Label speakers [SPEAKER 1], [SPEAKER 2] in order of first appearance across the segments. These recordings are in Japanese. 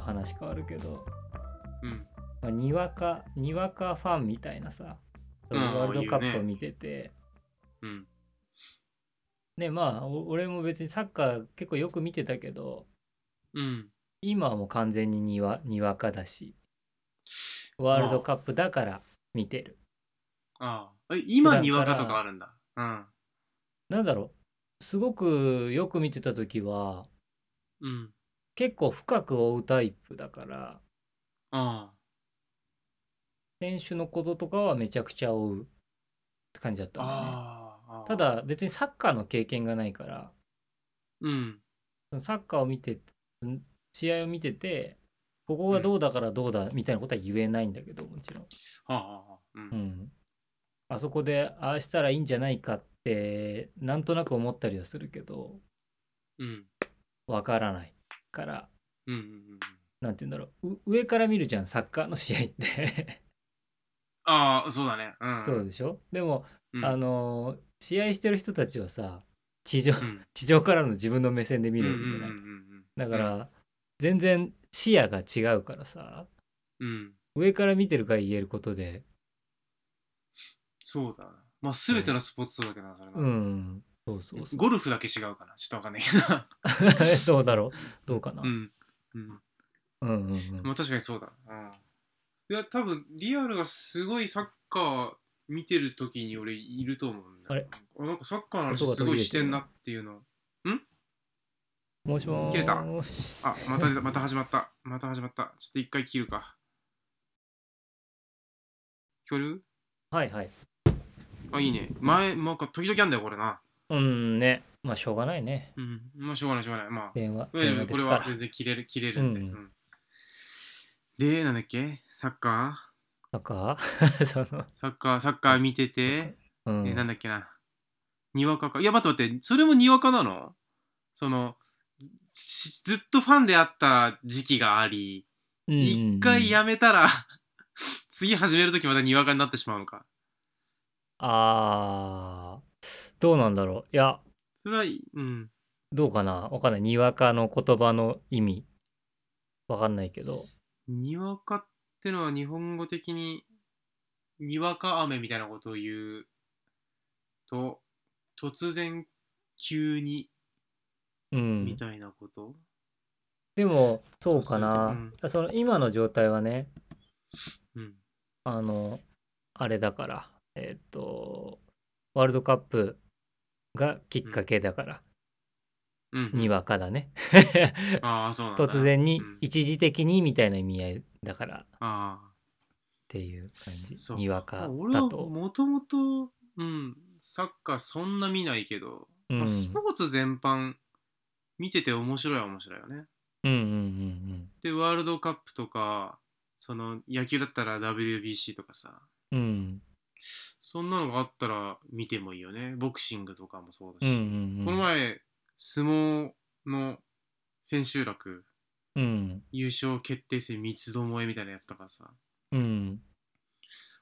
[SPEAKER 1] 話変わるけど、
[SPEAKER 2] うん。
[SPEAKER 1] まあ、にわかにわかファンみたいなさ
[SPEAKER 2] うん
[SPEAKER 1] ワールドカップ
[SPEAKER 2] いる
[SPEAKER 1] を
[SPEAKER 2] ね
[SPEAKER 1] 見てて、
[SPEAKER 2] うん。
[SPEAKER 1] ねまあお俺も別にサッカー結構よく見てたけど
[SPEAKER 2] うん。
[SPEAKER 1] 今はもう完全ににわにわかだしワールドカップだから見てる、
[SPEAKER 2] ああ。え、今、
[SPEAKER 1] 普段から
[SPEAKER 2] にわかとかあるんだ。うん。
[SPEAKER 1] なんだろうすごくよく見てた時は
[SPEAKER 2] うん。
[SPEAKER 1] 結構深く追うタイプだから
[SPEAKER 2] ああ。
[SPEAKER 1] 選手のこととかはめちゃくちゃ追うって感じだったんだよね
[SPEAKER 2] ああ。
[SPEAKER 1] た、だ別にサッカーの経験がないから
[SPEAKER 2] うん。
[SPEAKER 1] サッカーを見てん試合を見ててここがどうだからどうだみたいなことは言えないんだけどもちろん、
[SPEAKER 2] はあ、はあはあ、う。
[SPEAKER 1] うんん、あそこでああしたらいいんじゃないかってなんとなく思ったりはするけど
[SPEAKER 2] うん。
[SPEAKER 1] わからないから
[SPEAKER 2] うん。うん。
[SPEAKER 1] なんて言うんだろうう上から見るじゃんサッカーの試合って
[SPEAKER 2] ああ、そうだね。うん。
[SPEAKER 1] そうでしょでも、
[SPEAKER 2] うん。
[SPEAKER 1] あのー試合してる人たちはさ地上
[SPEAKER 2] うん、
[SPEAKER 1] 地上からの自分の目線で見るわけじゃない、
[SPEAKER 2] うんうんうんう
[SPEAKER 1] だ
[SPEAKER 2] ん
[SPEAKER 1] か、ら、全然視野が違うからさ
[SPEAKER 2] うん。
[SPEAKER 1] 上から見てるから言えることで
[SPEAKER 2] そうだな。まあ、すべてのスポーツそうだけどな、それな
[SPEAKER 1] うんそうそうそう
[SPEAKER 2] ゴルフだけ違うかな。ちょっとわかんないけ ど。
[SPEAKER 1] どうだろうどうかな、う、
[SPEAKER 2] うんん。うん。
[SPEAKER 1] うんうん
[SPEAKER 2] まあ確かにそうだ。うん。いや、多分、リアルがすごいサッカー見てる時に俺いると思うんだよ。あなんかサッカーの話すごいしてんなっていうの。
[SPEAKER 1] もしもーし
[SPEAKER 2] 切れたあ、また出た、また始まった。また始まった。ちょっと一回切るか。聞こえる
[SPEAKER 1] はいはい
[SPEAKER 2] あ、いいね。前、なんか時々あんだよ、これな。
[SPEAKER 1] うんねまあしょうがないね
[SPEAKER 2] うん。まあしょうがない、しょうがない。まあ。
[SPEAKER 1] 電話
[SPEAKER 2] 大
[SPEAKER 1] 電
[SPEAKER 2] 丈
[SPEAKER 1] 話で
[SPEAKER 2] 夫これ
[SPEAKER 1] すか
[SPEAKER 2] は
[SPEAKER 1] ら
[SPEAKER 2] 全然切れる、切れるんで。
[SPEAKER 1] うん
[SPEAKER 2] うんで、なんだっけサッカ
[SPEAKER 1] サッカー その
[SPEAKER 2] ーサッカー、サッカー見てて。
[SPEAKER 1] う
[SPEAKER 2] えーなん
[SPEAKER 1] ん
[SPEAKER 2] だっけな。にわかか。いや、待って待って、それもにわかなのその、ずずっとファンであった時期があり、一回
[SPEAKER 1] うん
[SPEAKER 2] やめたら、 次始めるときまたにわかになってしまうのか。
[SPEAKER 1] あーどうなんだろういや
[SPEAKER 2] それは、うん。
[SPEAKER 1] どうかなわかんないにわかの言葉の意味わかんないけど
[SPEAKER 2] にわかってのは日本語的に、にわか雨みたいなことを言うと、突然、急に、
[SPEAKER 1] う
[SPEAKER 2] み
[SPEAKER 1] ん
[SPEAKER 2] たいなこと、
[SPEAKER 1] でもそうか
[SPEAKER 2] う
[SPEAKER 1] なんその今の状態はね
[SPEAKER 2] うん。
[SPEAKER 1] あの、あれだから、えーっと、ワールドカップがきっかけだから、
[SPEAKER 2] うん。
[SPEAKER 1] にわかだね。
[SPEAKER 2] ああ、そうなんだ。
[SPEAKER 1] 突然に
[SPEAKER 2] うん、
[SPEAKER 1] 一時的にみたいな意味合いだからっ
[SPEAKER 2] ああ。
[SPEAKER 1] ていう感じ
[SPEAKER 2] そ。う
[SPEAKER 1] にわか
[SPEAKER 2] 俺は
[SPEAKER 1] だと。
[SPEAKER 2] もともと、うん、サッカーそんな見ないけど、
[SPEAKER 1] うん、う
[SPEAKER 2] ま
[SPEAKER 1] ん
[SPEAKER 2] あ、スポーツ全般見てて面白いは面白いよね。
[SPEAKER 1] うんうん
[SPEAKER 2] で、ワールドカップとか、その野球だったら WBC とかさ、
[SPEAKER 1] うん。うん
[SPEAKER 2] そんなのがあったら見てもいいよね。ボクシングとかもそうだ
[SPEAKER 1] うんう
[SPEAKER 2] し。
[SPEAKER 1] んうん。
[SPEAKER 2] この前、相撲の千秋楽
[SPEAKER 1] うん
[SPEAKER 2] 優勝決定戦三つどもえみたいなやつとかさ、
[SPEAKER 1] うん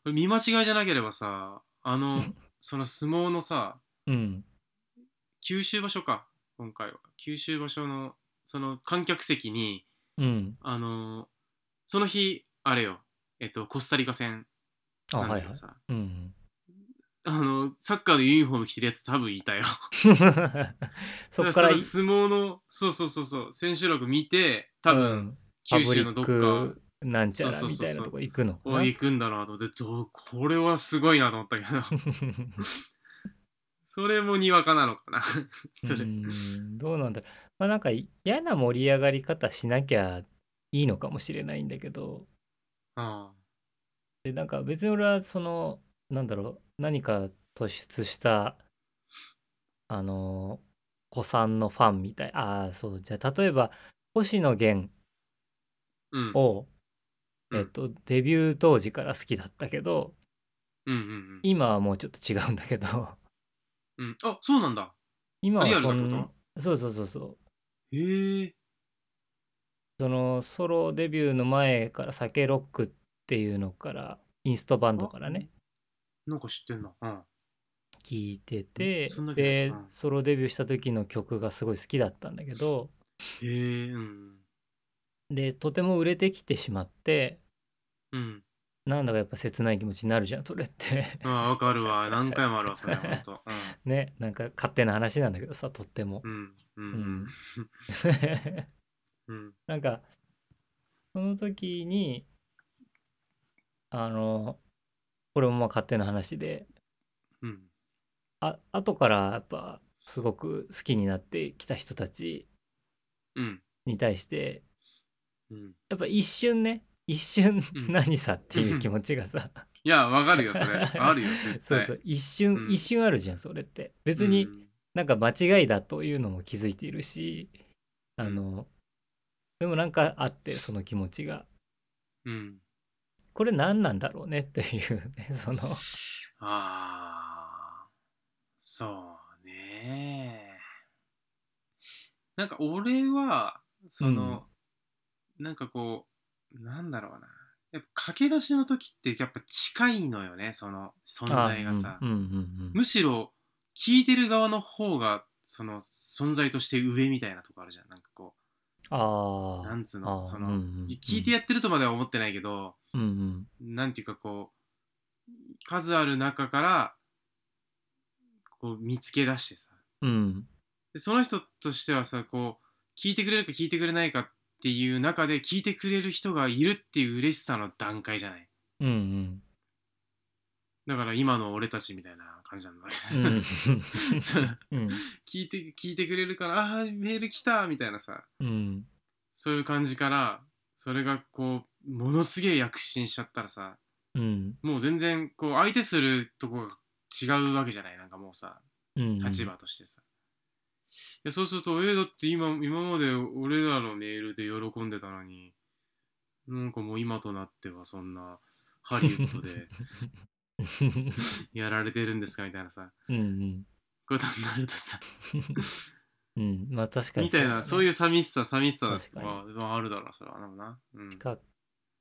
[SPEAKER 2] これ見間違いじゃなければさ、あの、その相撲のさ、
[SPEAKER 1] うん
[SPEAKER 2] 九州場所か今回は九州場所のその観客席に
[SPEAKER 1] うん。
[SPEAKER 2] あのーその日あれよえっとコスタリカ戦
[SPEAKER 1] あ、
[SPEAKER 2] な
[SPEAKER 1] は
[SPEAKER 2] んだ
[SPEAKER 1] い
[SPEAKER 2] け
[SPEAKER 1] はい
[SPEAKER 2] ど。さ
[SPEAKER 1] うん。
[SPEAKER 2] あのーサッカーのユニフォーム着てるやつ多分いたよ
[SPEAKER 1] そっから
[SPEAKER 2] だら、その相撲のそうそうそうそう千秋楽見て多
[SPEAKER 1] う
[SPEAKER 2] 分
[SPEAKER 1] ん
[SPEAKER 2] 九州のどっ
[SPEAKER 1] パブリッ
[SPEAKER 2] か
[SPEAKER 1] クなんちゃら
[SPEAKER 2] そう
[SPEAKER 1] み
[SPEAKER 2] そうそうそ
[SPEAKER 1] た
[SPEAKER 2] う
[SPEAKER 1] いなとこ行くのか
[SPEAKER 2] を
[SPEAKER 1] な。
[SPEAKER 2] 行くんだなと思ってどうこれはすごいなと思ったけど それもにわかなのかな それ、
[SPEAKER 1] うーんどうなんだろうまあなんか嫌な盛り上がり方しなきゃいいのかもしれないんだけど
[SPEAKER 2] ああ
[SPEAKER 1] でなんか別に俺はそのなんだろう何か突出したあの子さんのファンみたいああそうじゃあ例えば星野源
[SPEAKER 2] うん
[SPEAKER 1] を、
[SPEAKER 2] うん
[SPEAKER 1] えっとデビュー当時から好きだったけど
[SPEAKER 2] うんうんうん
[SPEAKER 1] 今はもうちょっと違うんだけど
[SPEAKER 2] うんあそうなんだ
[SPEAKER 1] 今はそ
[SPEAKER 2] リア
[SPEAKER 1] ん
[SPEAKER 2] ルな
[SPEAKER 1] な
[SPEAKER 2] こ
[SPEAKER 1] そうそうそうそう
[SPEAKER 2] へえ
[SPEAKER 1] そのソロデビューの前から「酒ロック」っていうのからインストバンドからね
[SPEAKER 2] なんか知ってんなうん
[SPEAKER 1] 聞いてて
[SPEAKER 2] そんな曲
[SPEAKER 1] で
[SPEAKER 2] うん
[SPEAKER 1] ソロデビューした時の曲がすごい好きだったんだけど
[SPEAKER 2] へえ、うん。
[SPEAKER 1] でとても売れてきてしまって
[SPEAKER 2] うん。
[SPEAKER 1] なんだかやっぱ切ない気持ちになるじゃんそれって
[SPEAKER 2] ああ、わかるわ。何回もあるわ、それは。本当。
[SPEAKER 1] ねなんか勝手な話なんだけどさとっても
[SPEAKER 2] うん。うん。う
[SPEAKER 1] うんん。
[SPEAKER 2] うん。
[SPEAKER 1] なんかその時にあのこれもまあ勝手な話で
[SPEAKER 2] うん。
[SPEAKER 1] あ後からやっぱすごく好きになってきた人たち
[SPEAKER 2] うん。
[SPEAKER 1] に対して
[SPEAKER 2] うん。
[SPEAKER 1] やっぱ一瞬ね一瞬
[SPEAKER 2] うん
[SPEAKER 1] 何さっていう気持ちがさ、
[SPEAKER 2] いや、わかるよ、それ。あるよ、絶対。
[SPEAKER 1] そうそう一瞬、
[SPEAKER 2] うん
[SPEAKER 1] 一瞬あるじゃんそれって別に
[SPEAKER 2] うん
[SPEAKER 1] なんか間違いだというのも気づいているしあのでもなんかあってその気持ちが
[SPEAKER 2] うん。
[SPEAKER 1] これ何なんだろうねっていうね その
[SPEAKER 2] ああ。そうね。なんか俺は、その、なんかこう、なんだろうな。やっぱ駆け出しの時ってやっぱ近いのよね、その存
[SPEAKER 1] あ
[SPEAKER 2] 在がさ。
[SPEAKER 1] うんうんうんうん
[SPEAKER 2] むしろ聞いてる側の方が、その存在として上みたいなとこあるじゃん。なんかこ
[SPEAKER 1] あ
[SPEAKER 2] う、
[SPEAKER 1] ー
[SPEAKER 2] なんつう
[SPEAKER 1] あ
[SPEAKER 2] の、
[SPEAKER 1] ー
[SPEAKER 2] その、
[SPEAKER 1] うんうんうん
[SPEAKER 2] 聞いてやってるとまでは思ってないけど、
[SPEAKER 1] うんうん
[SPEAKER 2] なんていうかこう数ある中からこう見つけ出してさ
[SPEAKER 1] うん
[SPEAKER 2] でその人としてはさこう聞いてくれるか聞いてくれないかっていう中で聞いてくれる人がいるっていう嬉しさの段階じゃない
[SPEAKER 1] うんうん
[SPEAKER 2] だから今の俺たちみたいな感じなんだ
[SPEAKER 1] う
[SPEAKER 2] け
[SPEAKER 1] んう
[SPEAKER 2] ど、
[SPEAKER 1] んうん
[SPEAKER 2] 聞いて聞いてくれるからあーメール来たみたいなさ
[SPEAKER 1] うん
[SPEAKER 2] そういう感じからそれがこうものすげえ躍進しちゃったらさ
[SPEAKER 1] うん
[SPEAKER 2] もう全然こう相手するとこが違うわけじゃないなんかもうさ
[SPEAKER 1] うん
[SPEAKER 2] 立場としてさ、いやそうすると「えだって今今まで俺らのメールで喜んでたのになんかもう今となってはそんなハリウッ ドでやられてるんですか」みたいなさ
[SPEAKER 1] うんうん
[SPEAKER 2] ことになるとさ
[SPEAKER 1] うんまあ確かに
[SPEAKER 2] みたいなそう
[SPEAKER 1] いう
[SPEAKER 2] いう寂しさ寂しさ
[SPEAKER 1] 確かに
[SPEAKER 2] はまああるだろうそれはなな、うん、
[SPEAKER 1] 近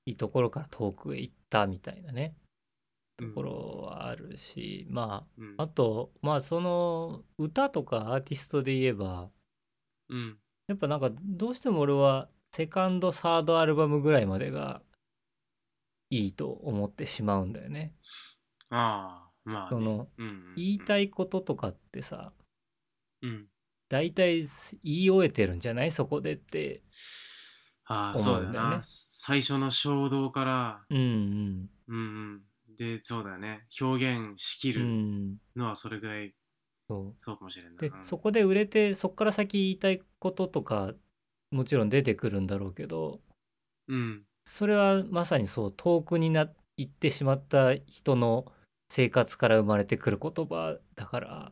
[SPEAKER 1] いところから遠くへ行ったみたいなね
[SPEAKER 2] う
[SPEAKER 1] と
[SPEAKER 2] ん
[SPEAKER 1] ころはあるし、ま
[SPEAKER 2] うん
[SPEAKER 1] ああとまあその歌とかアーティストで言えば
[SPEAKER 2] うん
[SPEAKER 1] やっぱなんかどうしても俺はセカンドサードアルバムぐらいまでがいいと思ってしまうんだよね。
[SPEAKER 2] ああまあ、
[SPEAKER 1] そ
[SPEAKER 2] ね、
[SPEAKER 1] の
[SPEAKER 2] うんうんうん
[SPEAKER 1] 言いたいこととかってさ
[SPEAKER 2] うん
[SPEAKER 1] 大体言い終えてるんじゃないそこでって。
[SPEAKER 2] ああそうだよ
[SPEAKER 1] 思うんだよ
[SPEAKER 2] な
[SPEAKER 1] ね
[SPEAKER 2] 最初の衝動から
[SPEAKER 1] うんうん。
[SPEAKER 2] うんうんでそうだよね表現しき
[SPEAKER 1] う
[SPEAKER 2] る、
[SPEAKER 1] ん、
[SPEAKER 2] のはそれぐらい
[SPEAKER 1] そう
[SPEAKER 2] そうかもしれない。
[SPEAKER 1] で
[SPEAKER 2] うん
[SPEAKER 1] そこで売れてそこから先言いたいこととかもちろん出てくるんだろうけど
[SPEAKER 2] うん。
[SPEAKER 1] それはまさにそう遠くにな行ってしまった人の生活から生まれてくる言葉だから
[SPEAKER 2] は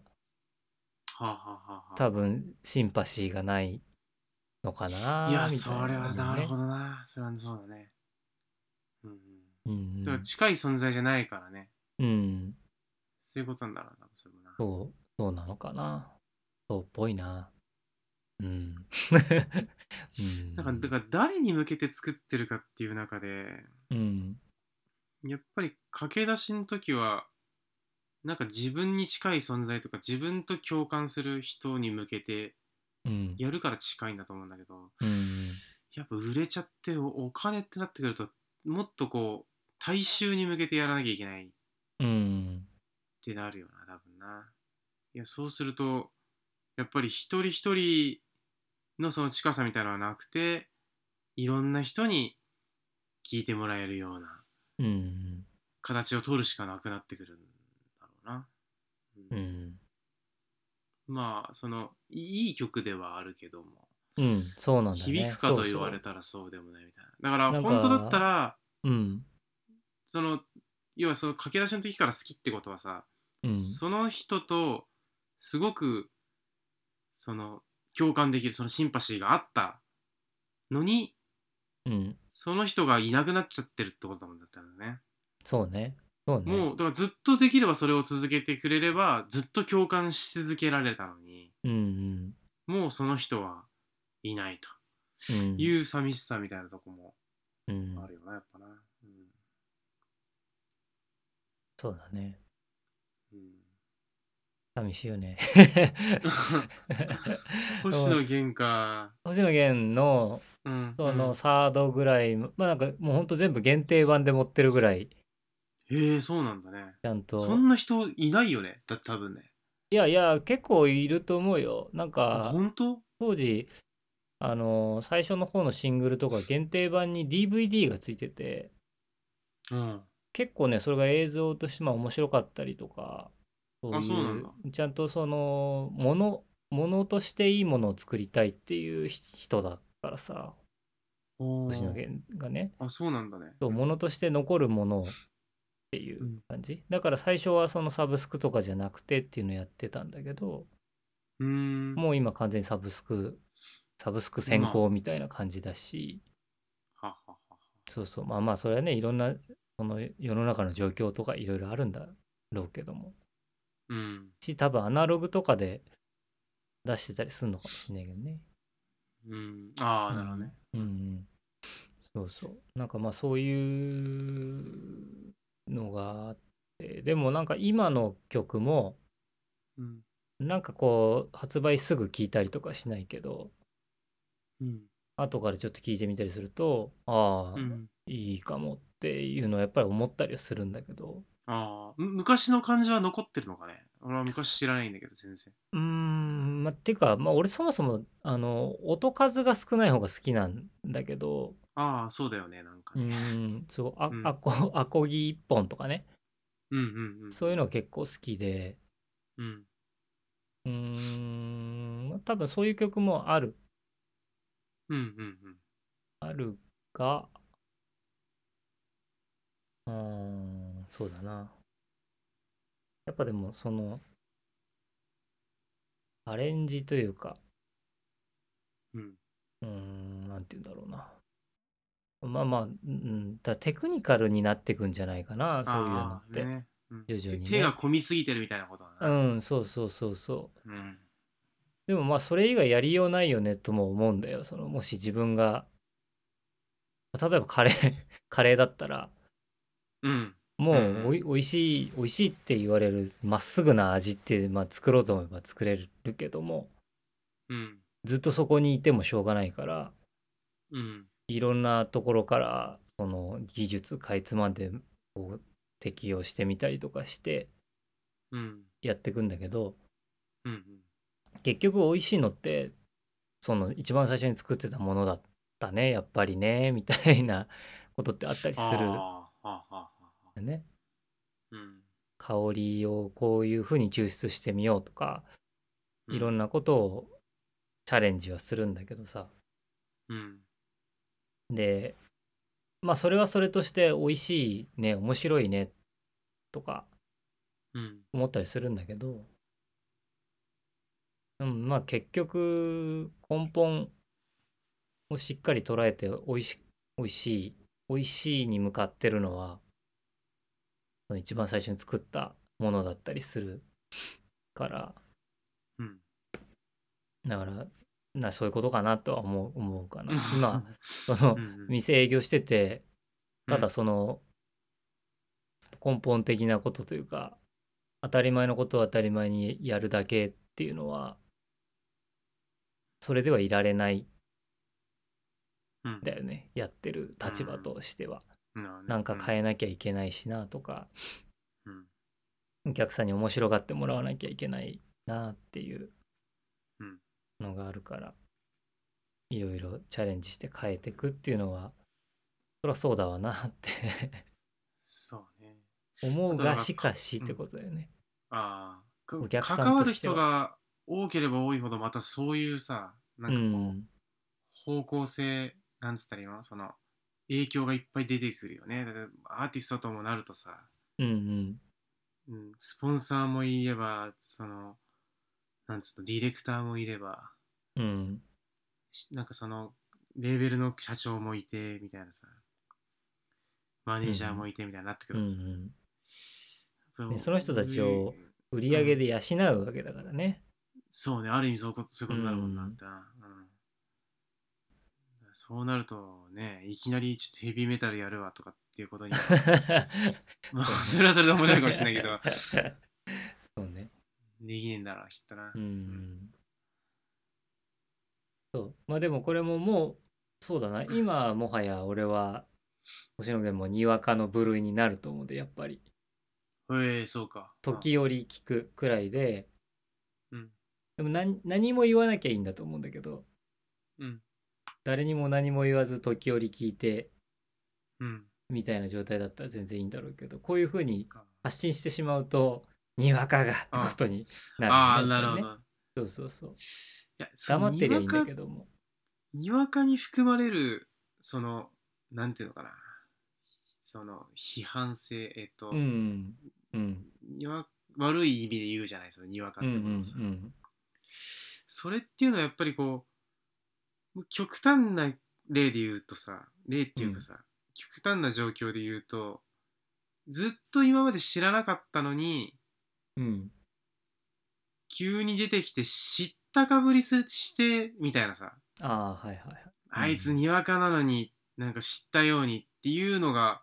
[SPEAKER 2] あ、はあはあ
[SPEAKER 1] 多
[SPEAKER 2] は
[SPEAKER 1] 分シンパシーがないのかな
[SPEAKER 2] あ、いや、
[SPEAKER 1] み
[SPEAKER 2] そ
[SPEAKER 1] たいな
[SPEAKER 2] れはなるほ
[SPEAKER 1] ど、
[SPEAKER 2] どな。それはそうだね。うんうん。
[SPEAKER 1] うんう
[SPEAKER 2] だから
[SPEAKER 1] ん
[SPEAKER 2] 近い存在じゃないからね。
[SPEAKER 1] うん、
[SPEAKER 2] そういうことなんだろうな、それもな。
[SPEAKER 1] そうそうなのかなそうっぽいなうん うん
[SPEAKER 2] だから、だから誰に向けて作ってるかっていう中で、
[SPEAKER 1] うん
[SPEAKER 2] やっぱり駆け出しの時は、なんか自分に近い存在とか自分と共感する人に向けて
[SPEAKER 1] うん
[SPEAKER 2] やるから近いんだと思うんだけど、
[SPEAKER 1] うん
[SPEAKER 2] やっぱ売れちゃっておお金ってなってくるともっとこう大衆に向けてやらなきゃいけないっ
[SPEAKER 1] うん
[SPEAKER 2] てなるよな多分ないやそうするとやっぱり一人一人のその近さみたいなのはなくていろんな人に聞いてもらえるような
[SPEAKER 1] うん
[SPEAKER 2] 形を取るしかなくなってくるんだろうな、
[SPEAKER 1] う
[SPEAKER 2] うん
[SPEAKER 1] ん
[SPEAKER 2] まあそのいいい曲ではあるけども、
[SPEAKER 1] うん、そうなんだよね。
[SPEAKER 2] 響くかと言われたらそうでもないみたいなだから本当だったら
[SPEAKER 1] そうそう。うん。
[SPEAKER 2] その要はその駆け出しの時から好きってことはさ、
[SPEAKER 1] うん。
[SPEAKER 2] その人とすごくその共感できるそのシンパシーがあったのに
[SPEAKER 1] うん。
[SPEAKER 2] その人がいなくなっちゃってるってことだもんだったんだね、
[SPEAKER 1] そうね。そうね。
[SPEAKER 2] もうだからずっとできればそれを続けてくれればずっと共感し続けられたのに
[SPEAKER 1] うん
[SPEAKER 2] もうその人はいないと
[SPEAKER 1] うん。うん。
[SPEAKER 2] いう寂しさみたいなとこも
[SPEAKER 1] うん
[SPEAKER 2] あるよなやっぱなう
[SPEAKER 1] そうだね。
[SPEAKER 2] ん、うん、
[SPEAKER 1] 寂しいよね。
[SPEAKER 2] 星野源か。
[SPEAKER 1] 星野源の
[SPEAKER 2] うん。
[SPEAKER 1] そ
[SPEAKER 2] うん
[SPEAKER 1] のサードぐらい、まあなんかもうほんと全部限定版で持ってるぐらい、
[SPEAKER 2] へえ、そうなんだね。
[SPEAKER 1] ちゃんと。
[SPEAKER 2] そんな人いないよね。だって多分ね。
[SPEAKER 1] いやいや、結構いると思うよ。なんか、
[SPEAKER 2] 本当
[SPEAKER 1] 当時、あの最初の方のシングルとか限定版に DVD がついてて、
[SPEAKER 2] うん。
[SPEAKER 1] 結構ね、それが映像としてまあ面白かったりとか、そういう
[SPEAKER 2] あそうなんだ
[SPEAKER 1] ちゃんとその、もの、ものとしていいものを作りたいっていうひ人だからさ、
[SPEAKER 2] おー
[SPEAKER 1] 星野源がね。
[SPEAKER 2] あ、そうなんだね。
[SPEAKER 1] そうものとして残るものをっていう感じ、だから最初はそのサブスクとかじゃなくてっていうのやってたんだけど
[SPEAKER 2] うーん。
[SPEAKER 1] もう今完全にサブスクサブスク先行みたいな感じだし、
[SPEAKER 2] ははは
[SPEAKER 1] そうそうまあまあそれはねいろんなその世の中の状況とかいろいろあるんだろうけども
[SPEAKER 2] うん。
[SPEAKER 1] し多分アナログとかで出してたりするのかもしれないけどね
[SPEAKER 2] うん。ああ、なるほどね。
[SPEAKER 1] うんうんそうそうなんかまあそういうのがあってでもなんか今の曲も
[SPEAKER 2] うん。
[SPEAKER 1] なんかこう発売すぐ聞いたりとかしないけど
[SPEAKER 2] うん。
[SPEAKER 1] 後からちょっと聞いてみたりするとああ、
[SPEAKER 2] うん。
[SPEAKER 1] いいかもっていうのはやっぱり思ったりはするんだけど
[SPEAKER 2] ああ、む昔の感じは残ってるのかね。俺は昔知らないんだけど、全然。
[SPEAKER 1] うーんまあてかまあ俺そもそもあの音数が少ない方が好きなんだけど
[SPEAKER 2] ああ、そうだよね、なんか
[SPEAKER 1] う
[SPEAKER 2] ね。
[SPEAKER 1] ーんそうあ、
[SPEAKER 2] うん
[SPEAKER 1] あこアコギ一本とかね
[SPEAKER 2] うんうんうん。
[SPEAKER 1] そういうの結構好きで
[SPEAKER 2] うん。
[SPEAKER 1] うーん、多分そういう曲もある、
[SPEAKER 2] うんうんうん。
[SPEAKER 1] あるが、うーん、そうだな。やっぱでも、その、アレンジというか、
[SPEAKER 2] うん。
[SPEAKER 1] うーん、なんて言うんだろうな。まあまあ、うん、だテクニカルになってくんじゃないかな、そういうの
[SPEAKER 2] あ
[SPEAKER 1] っ
[SPEAKER 2] あ
[SPEAKER 1] て。
[SPEAKER 2] ねうん
[SPEAKER 1] 徐々にね
[SPEAKER 2] 手が込みすぎてるみたいなことだ
[SPEAKER 1] う
[SPEAKER 2] な。
[SPEAKER 1] ん、そうそうそうそう。
[SPEAKER 2] うん。
[SPEAKER 1] でもまあそれ以外やりようないよねとも思うんだよ。そのもし自分が例えばカレー カレーだったら
[SPEAKER 2] うん。
[SPEAKER 1] も
[SPEAKER 2] うんうん
[SPEAKER 1] うおい,、おいしいおいしいって言われるまっすぐな味って、まあ、作ろうと思えば作れるけども
[SPEAKER 2] うん。
[SPEAKER 1] ずっとそこにいてもしょうがないから
[SPEAKER 2] うん。
[SPEAKER 1] いろんなところからその技術かいつまんでこう適用してみたりとかして
[SPEAKER 2] うん。
[SPEAKER 1] やっていくんだけど
[SPEAKER 2] うんうん。
[SPEAKER 1] 結局美味しいのってその一番最初に作ってたものだったねやっぱりねみたいな ことってあったりす
[SPEAKER 2] あ
[SPEAKER 1] る
[SPEAKER 2] あ
[SPEAKER 1] よ、
[SPEAKER 2] ああ、ああ。
[SPEAKER 1] ね
[SPEAKER 2] うん。
[SPEAKER 1] 香りをこういう風に抽出してみようとかいろん
[SPEAKER 2] な。
[SPEAKER 1] なことをチャレンジはするんだけどさ
[SPEAKER 2] うん。
[SPEAKER 1] でまあそれはそれとして美味しいね面白いねとか
[SPEAKER 2] うん。
[SPEAKER 1] 思ったりするんだけど、うん、まあ結局根本をしっかり捉えて美味し美味しい美味しいに向かってるのはその一番最初に作ったものだったりするから
[SPEAKER 2] うん。
[SPEAKER 1] だからなそういうことかなとは思う思う かな今その
[SPEAKER 2] うんうん、
[SPEAKER 1] 店営業しててた
[SPEAKER 2] う
[SPEAKER 1] だ
[SPEAKER 2] ん
[SPEAKER 1] その、根本的なことというか当たり前のことを当たり前にやるだけっていうのはそれではいられない
[SPEAKER 2] うん
[SPEAKER 1] んだよねやってる立場としては、なんか
[SPEAKER 2] え。
[SPEAKER 1] 変えなきゃいけないしなとか、
[SPEAKER 2] うん。
[SPEAKER 1] お客さんに面白がってもらわなきゃいけないなっていう
[SPEAKER 2] うん
[SPEAKER 1] のがあるから、いろいろチャレンジして変えていくっていうのはそりゃそうだわなって
[SPEAKER 2] そうね。
[SPEAKER 1] 思う
[SPEAKER 2] そうだ
[SPEAKER 1] が
[SPEAKER 2] な
[SPEAKER 1] しかしってことだよね。
[SPEAKER 2] ああ。か
[SPEAKER 1] お客さんとしては
[SPEAKER 2] 関わる人が多ければ多いほど、またそういうさ、な
[SPEAKER 1] うん
[SPEAKER 2] かこう、
[SPEAKER 1] ん、
[SPEAKER 2] 方向性なんつったら今その影響がいっぱい出てくるよねだからアーティストともなるとさ、
[SPEAKER 1] うんうん
[SPEAKER 2] うん、スポンサーもいればそのなんつうのディレクターもいれば
[SPEAKER 1] うん
[SPEAKER 2] しなんかそのレーベルの社長もいてみたいなさマネージャーもいてみたいになってく
[SPEAKER 1] うんう
[SPEAKER 2] るとさ、
[SPEAKER 1] ん
[SPEAKER 2] やっぱ
[SPEAKER 1] ねその人たちを
[SPEAKER 2] うん
[SPEAKER 1] 売り上げで養うわけだからね。
[SPEAKER 2] そうねある意味そういうことそういうことになるもんな
[SPEAKER 1] うん
[SPEAKER 2] ってな、うんそうなるとねいきなりちょっとヘビーメタルやるわとかってい うことに まあ、それはそれで面白いかもしれないけど、
[SPEAKER 1] そうね。
[SPEAKER 2] できねえんだなきっとな、
[SPEAKER 1] うんそうまあでもこれももうそうだな今もはや俺は星野源もにわかの部類になると思うんでやっぱり
[SPEAKER 2] へえそうか
[SPEAKER 1] 時折聞くくらいで
[SPEAKER 2] うん
[SPEAKER 1] でも何何も言わなきゃいいんだと思うんだけど
[SPEAKER 2] うん
[SPEAKER 1] 誰にも何も言わず時折聞いて
[SPEAKER 2] うん
[SPEAKER 1] みたいな状態だったら全然いいんだろうけどこういうふうに
[SPEAKER 2] あ
[SPEAKER 1] 発信してしまうとにわかがってことにな
[SPEAKER 2] あ
[SPEAKER 1] る
[SPEAKER 2] ー
[SPEAKER 1] んだ
[SPEAKER 2] な
[SPEAKER 1] よね
[SPEAKER 2] るほ
[SPEAKER 1] やっぱり
[SPEAKER 2] ど、
[SPEAKER 1] ねそうそうそう
[SPEAKER 2] いやその
[SPEAKER 1] 黙ってりゃいいんだ
[SPEAKER 2] に
[SPEAKER 1] け
[SPEAKER 2] わか
[SPEAKER 1] ども
[SPEAKER 2] にわかに含まれるそのなんていうのかなその批判性えっと、
[SPEAKER 1] うんうん
[SPEAKER 2] にわ悪い意味で言うじゃないそのにわか
[SPEAKER 1] う
[SPEAKER 2] っ
[SPEAKER 1] んう
[SPEAKER 2] てもの
[SPEAKER 1] ん
[SPEAKER 2] をさ、
[SPEAKER 1] うん
[SPEAKER 2] それっていうのはやっぱりこう極端な例で言うとさ例っていうかさ、極端な状況で言うとずっと今まで知らなかったのに
[SPEAKER 1] うん
[SPEAKER 2] 急に出てきて知ったかぶりすしてみたいなさ
[SPEAKER 1] ああはいはいはい
[SPEAKER 2] あいつにわかなのになんか知ったようにっていうのが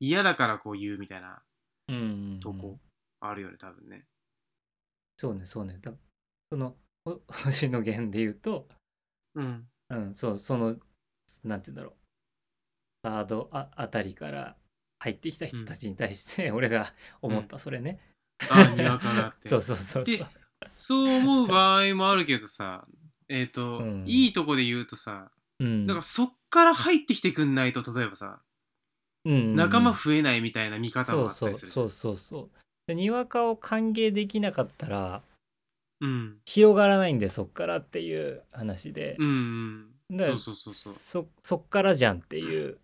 [SPEAKER 2] 嫌だからこう言うみたいな
[SPEAKER 1] うんうんうん
[SPEAKER 2] とこあるよね多分ね。
[SPEAKER 1] そうねそうねだそのほ星野源で言うと
[SPEAKER 2] うん。
[SPEAKER 1] うんそうそのなんて言うんだろうサードああたりから入ってきた人たちに対して俺が思った、それね
[SPEAKER 2] あにわかなっ て。
[SPEAKER 1] そうそうそうそう
[SPEAKER 2] でそう思う場合もあるけどさ、えっ、と、
[SPEAKER 1] うん
[SPEAKER 2] いいとこで言うとさ、
[SPEAKER 1] うん
[SPEAKER 2] だからそっから入ってきてくんないと、例えばさ、
[SPEAKER 1] うん
[SPEAKER 2] 仲間増えないみたいな見方
[SPEAKER 1] そう
[SPEAKER 2] もあった
[SPEAKER 1] そう
[SPEAKER 2] りする。
[SPEAKER 1] そうそうそうでにわかを歓迎できなかったら
[SPEAKER 2] うん。
[SPEAKER 1] 広がらないんでそっからっていう話で、
[SPEAKER 2] うん、うん。
[SPEAKER 1] だか
[SPEAKER 2] そ
[SPEAKER 1] ら
[SPEAKER 2] うそうそうそう。
[SPEAKER 1] そそっからじゃんっていう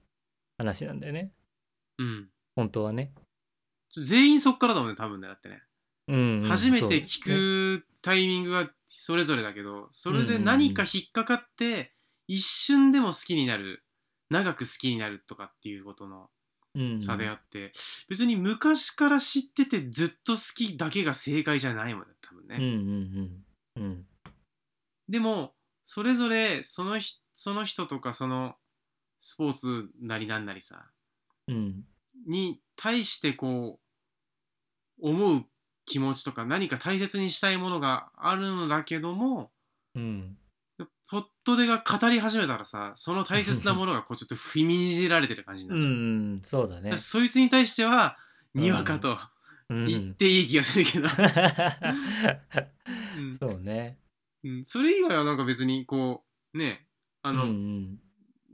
[SPEAKER 1] 話なんだよね
[SPEAKER 2] うん。
[SPEAKER 1] 本当はね
[SPEAKER 2] 全員そっからだもんね、多分ね。だってね。
[SPEAKER 1] うんうん
[SPEAKER 2] 初め
[SPEAKER 1] そう
[SPEAKER 2] て聞くタイミングがそれぞれだけど、それで何か引っかかって、一瞬でも好きになる、長く好きになるとかっていうことの
[SPEAKER 1] うん
[SPEAKER 2] 差であって、別に昔から知っててずっと好きだけが正解じゃないもんね多分ね、
[SPEAKER 1] うんうんうんうん
[SPEAKER 2] でもそれぞれそのひその人とかそのスポーツなりなんなりさ
[SPEAKER 1] うん
[SPEAKER 2] に対してこう思う気持ちとか何か大切にしたいものがあるのだけども
[SPEAKER 1] うん
[SPEAKER 2] ポットでが語り始めたらさその大切なものがこうちょっと踏みにじられてる感じ に
[SPEAKER 1] う
[SPEAKER 2] なるじゃん、だ
[SPEAKER 1] んそうだね
[SPEAKER 2] からそいつに対してはにわかと
[SPEAKER 1] う
[SPEAKER 2] 言っ
[SPEAKER 1] ん
[SPEAKER 2] ていい気がするけど、うん
[SPEAKER 1] そうね
[SPEAKER 2] うん、それ以外はなんか別にこうねあ
[SPEAKER 1] う
[SPEAKER 2] の、
[SPEAKER 1] んうん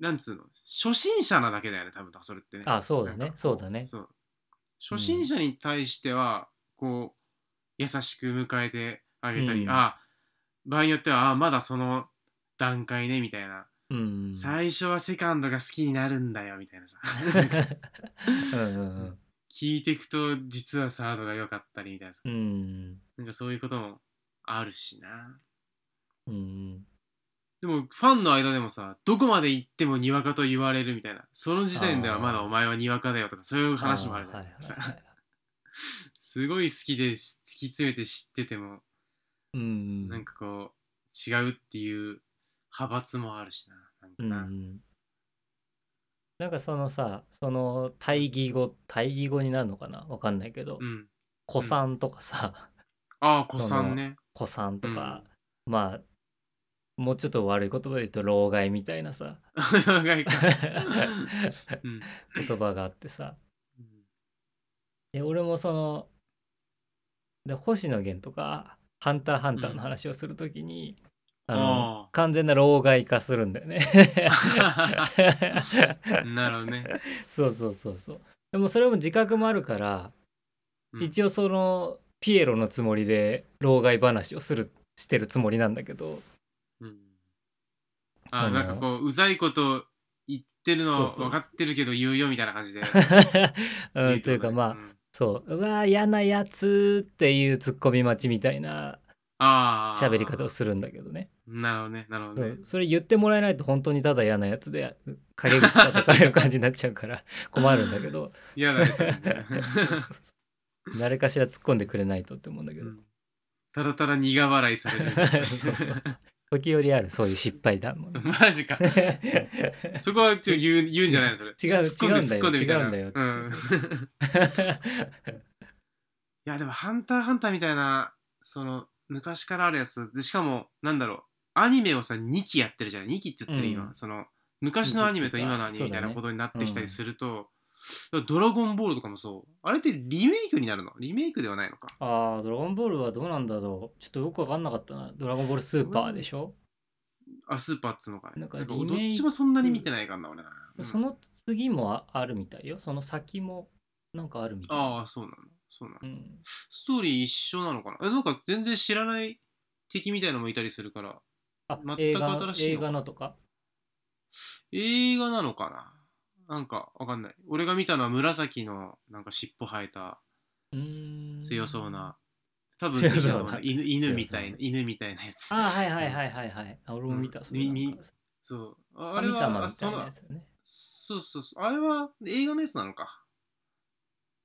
[SPEAKER 2] なんつうの初心者なだけだよね多分だからそれってね
[SPEAKER 1] あそうだ
[SPEAKER 2] なん
[SPEAKER 1] ね
[SPEAKER 2] か
[SPEAKER 1] そうだね
[SPEAKER 2] そう初心者に対してはこう優しく迎えてあげたり、
[SPEAKER 1] うん
[SPEAKER 2] あ場合によってはあまだその段階ねみたいな、
[SPEAKER 1] うん
[SPEAKER 2] 最初はセカンドが好きになるんだよみたいなさ
[SPEAKER 1] うんうん
[SPEAKER 2] 聞いていくと実はサードが良かったりみたいなさ
[SPEAKER 1] うんうん
[SPEAKER 2] なんかそういうこともあるしな
[SPEAKER 1] うん
[SPEAKER 2] でもファンの間でもさどこまで行ってもにわかと言われるみたいなその時点ではまだお前はにわかだよとかそういう話もあるじゃ
[SPEAKER 1] は
[SPEAKER 2] ないい
[SPEAKER 1] は
[SPEAKER 2] で
[SPEAKER 1] い
[SPEAKER 2] す
[SPEAKER 1] はい
[SPEAKER 2] か
[SPEAKER 1] はい
[SPEAKER 2] すごい好きでし突き詰めて知ってても
[SPEAKER 1] うんうん
[SPEAKER 2] なんかこう違うっていう派閥もあるしななんか
[SPEAKER 1] うんう
[SPEAKER 2] な、
[SPEAKER 1] んなんかそのさその対義語対義語になるのかなわかんないけど
[SPEAKER 2] うん
[SPEAKER 1] 古参とかさ
[SPEAKER 2] ああ子さんね
[SPEAKER 1] 子さんとか、まあもうちょっと悪い言葉で言うと老害みたいな さ
[SPEAKER 2] 長いか、うん
[SPEAKER 1] 言葉があってさ
[SPEAKER 2] うん
[SPEAKER 1] で俺もそので星野源とか「ハンターハンター」の話をするときに、あの
[SPEAKER 2] あー
[SPEAKER 1] 完全な老害化するんだよ ね。
[SPEAKER 2] なるほどね、
[SPEAKER 1] そうそうそうそう。でもそれも自覚もあるから、
[SPEAKER 2] うん
[SPEAKER 1] 一応そのピエロのつもりで老害話をするしてるつもりなんだけど、
[SPEAKER 2] うん、
[SPEAKER 1] そ
[SPEAKER 2] あ
[SPEAKER 1] の
[SPEAKER 2] なんかこううざいこと言ってるのは
[SPEAKER 1] そうそう
[SPEAKER 2] 分かってるけど言うよみたいな感 じで
[SPEAKER 1] う
[SPEAKER 2] い
[SPEAKER 1] ん、というかまあ、
[SPEAKER 2] ん
[SPEAKER 1] そう、うわー、嫌なやつっていうツッコミ待ちみたいな
[SPEAKER 2] ああ。
[SPEAKER 1] 喋り方をするんだけどね。
[SPEAKER 2] なるほどね、なるほ
[SPEAKER 1] そ
[SPEAKER 2] どね
[SPEAKER 1] う。それ言ってもらえないと本当にただ嫌なやつで陰口叩かれる感じになっちゃうから 困るんだけど、
[SPEAKER 2] 嫌だね、それね
[SPEAKER 1] 誰かしら突っ込んでくれないとって思うんだけ
[SPEAKER 2] う
[SPEAKER 1] ど、
[SPEAKER 2] んたらたら苦笑いされるみたい
[SPEAKER 1] そうそう
[SPEAKER 2] な。
[SPEAKER 1] 時折あるそういう失敗談 もね。
[SPEAKER 2] マジか。そこはちょっと言う言うんじゃないのそれ。
[SPEAKER 1] 違う
[SPEAKER 2] 突っ込で
[SPEAKER 1] 違うんだよ
[SPEAKER 2] 突っ込でみたいな
[SPEAKER 1] 違うんだよ
[SPEAKER 2] う
[SPEAKER 1] つ
[SPEAKER 2] んいや、でも、ハンターハンターみたいな、その昔からあるやつでしかもなんだろうアニメをさ2期やってるじゃない2期っつってる今、
[SPEAKER 1] うん
[SPEAKER 2] その昔のアニメと今のアニメみたいなことになってきたりすると「ドラゴンボール」とかもそうあれってリメイクになるのリメイクではないのか
[SPEAKER 1] ああ、ドラゴンボールはどうなんだろう。ちょっとよくわかんなかったな。ドラゴンボールスーパーでしょ、
[SPEAKER 2] あスーパーっつうのかね
[SPEAKER 1] なんか
[SPEAKER 2] なんか
[SPEAKER 1] リメイク
[SPEAKER 2] どっちもそんなに見てないからな俺な、うん
[SPEAKER 1] その次もああるみたいよ。その先もなんかあるみたい。
[SPEAKER 2] ああそうなのそうなの、
[SPEAKER 1] うん。
[SPEAKER 2] ストーリー一緒なのかなえなんか全然知らない敵みたいのもいたりするから
[SPEAKER 1] あ
[SPEAKER 2] 全、く
[SPEAKER 1] 映画の
[SPEAKER 2] 新しい
[SPEAKER 1] 映
[SPEAKER 2] のか
[SPEAKER 1] 画のとか。
[SPEAKER 2] 映画なのかななんかわかんない俺が見たのは紫のなんか尻尾生えた
[SPEAKER 1] うーん。
[SPEAKER 2] 強そうな。多分
[SPEAKER 1] 強そうな
[SPEAKER 2] だと思う犬犬みた
[SPEAKER 1] 強そうな
[SPEAKER 2] いな犬みたいなやつ
[SPEAKER 1] ああ、はいはいはいはいはい。あ俺も見た。
[SPEAKER 2] うん
[SPEAKER 1] それなんか
[SPEAKER 2] みみそうああれ
[SPEAKER 1] 神様
[SPEAKER 2] は
[SPEAKER 1] み
[SPEAKER 2] あ
[SPEAKER 1] た
[SPEAKER 2] そ
[SPEAKER 1] いな
[SPEAKER 2] の
[SPEAKER 1] やつよね。
[SPEAKER 2] そうそうそうあれは映画のやつなのか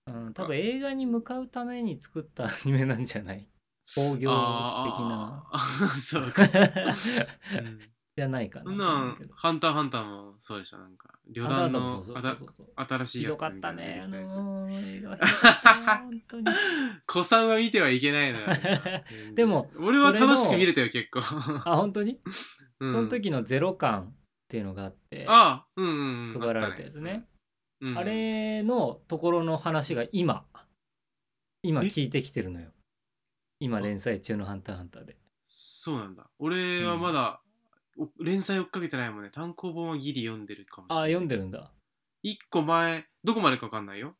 [SPEAKER 1] うん、多分映画に向かうために作ったアニメなんじゃない工業的な。
[SPEAKER 2] あーあ ーそうか、うん
[SPEAKER 1] じゃないかな。
[SPEAKER 2] そんなん「ハンターハンター」もそうでしょなんか旅団
[SPEAKER 1] あ
[SPEAKER 2] の
[SPEAKER 1] そうそう
[SPEAKER 2] あ
[SPEAKER 1] そう
[SPEAKER 2] た
[SPEAKER 1] そうそう
[SPEAKER 2] 新しい
[SPEAKER 1] ひ
[SPEAKER 2] やつ
[SPEAKER 1] どかったね。あ
[SPEAKER 2] みたいな の
[SPEAKER 1] のー映画ひどかったな本当に。
[SPEAKER 2] 子さんは見てはいけないのよ
[SPEAKER 1] でも
[SPEAKER 2] 俺は
[SPEAKER 1] それの
[SPEAKER 2] 楽しく見れたよ 結構
[SPEAKER 1] あ、本当に
[SPEAKER 2] う
[SPEAKER 1] そ
[SPEAKER 2] ん
[SPEAKER 1] の時のゼロ感っていうのがあって、
[SPEAKER 2] ああうんうんうん
[SPEAKER 1] 配られたやつね。
[SPEAKER 2] あ,、うん、
[SPEAKER 1] あれのところの話が今、今聞いてきてるのよ。今連載中のハンターハンターで。
[SPEAKER 2] そうなんだ俺はまだ、お連載追っかけてないもんね単行本はギリ読んでるかもしれ
[SPEAKER 1] あ、
[SPEAKER 2] ない
[SPEAKER 1] 読んでるんだ。
[SPEAKER 2] 一個前どこまでか分かんないよ、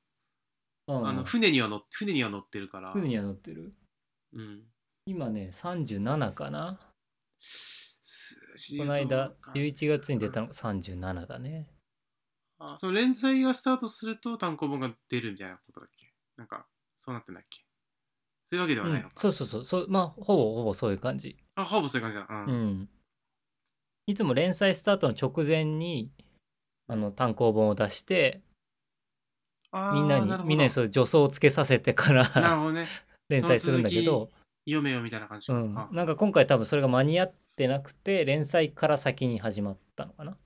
[SPEAKER 1] うん、
[SPEAKER 2] あの船には乗っ船には乗ってるから
[SPEAKER 1] 船には乗ってる。
[SPEAKER 2] うん
[SPEAKER 1] 今ね、37かな。
[SPEAKER 2] す
[SPEAKER 1] この間
[SPEAKER 2] どうか
[SPEAKER 1] 11月に出たのが37だね。
[SPEAKER 2] あその連載がスタートすると単行本が出るみたいなことだっけなんかそうなってんだっけそういうわけでは
[SPEAKER 1] う
[SPEAKER 2] ない
[SPEAKER 1] ん
[SPEAKER 2] の、か、
[SPEAKER 1] そうそうそうそう、まあほぼほぼそういう感じ。
[SPEAKER 2] あほぼそういう感じだうん、
[SPEAKER 1] うん。いつも連載スタートの直前にあの単行本を出して
[SPEAKER 2] あー
[SPEAKER 1] みんなに
[SPEAKER 2] るほど
[SPEAKER 1] みんなにそう助走をつけさせてか
[SPEAKER 2] なる
[SPEAKER 1] ら
[SPEAKER 2] ほどね
[SPEAKER 1] 連載するんだけど、
[SPEAKER 2] 読めよみたいな感じ
[SPEAKER 1] う
[SPEAKER 2] か、
[SPEAKER 1] ん、
[SPEAKER 2] あ
[SPEAKER 1] なんか今回多分それが間に合ってなくて連載から先に始まったのかな。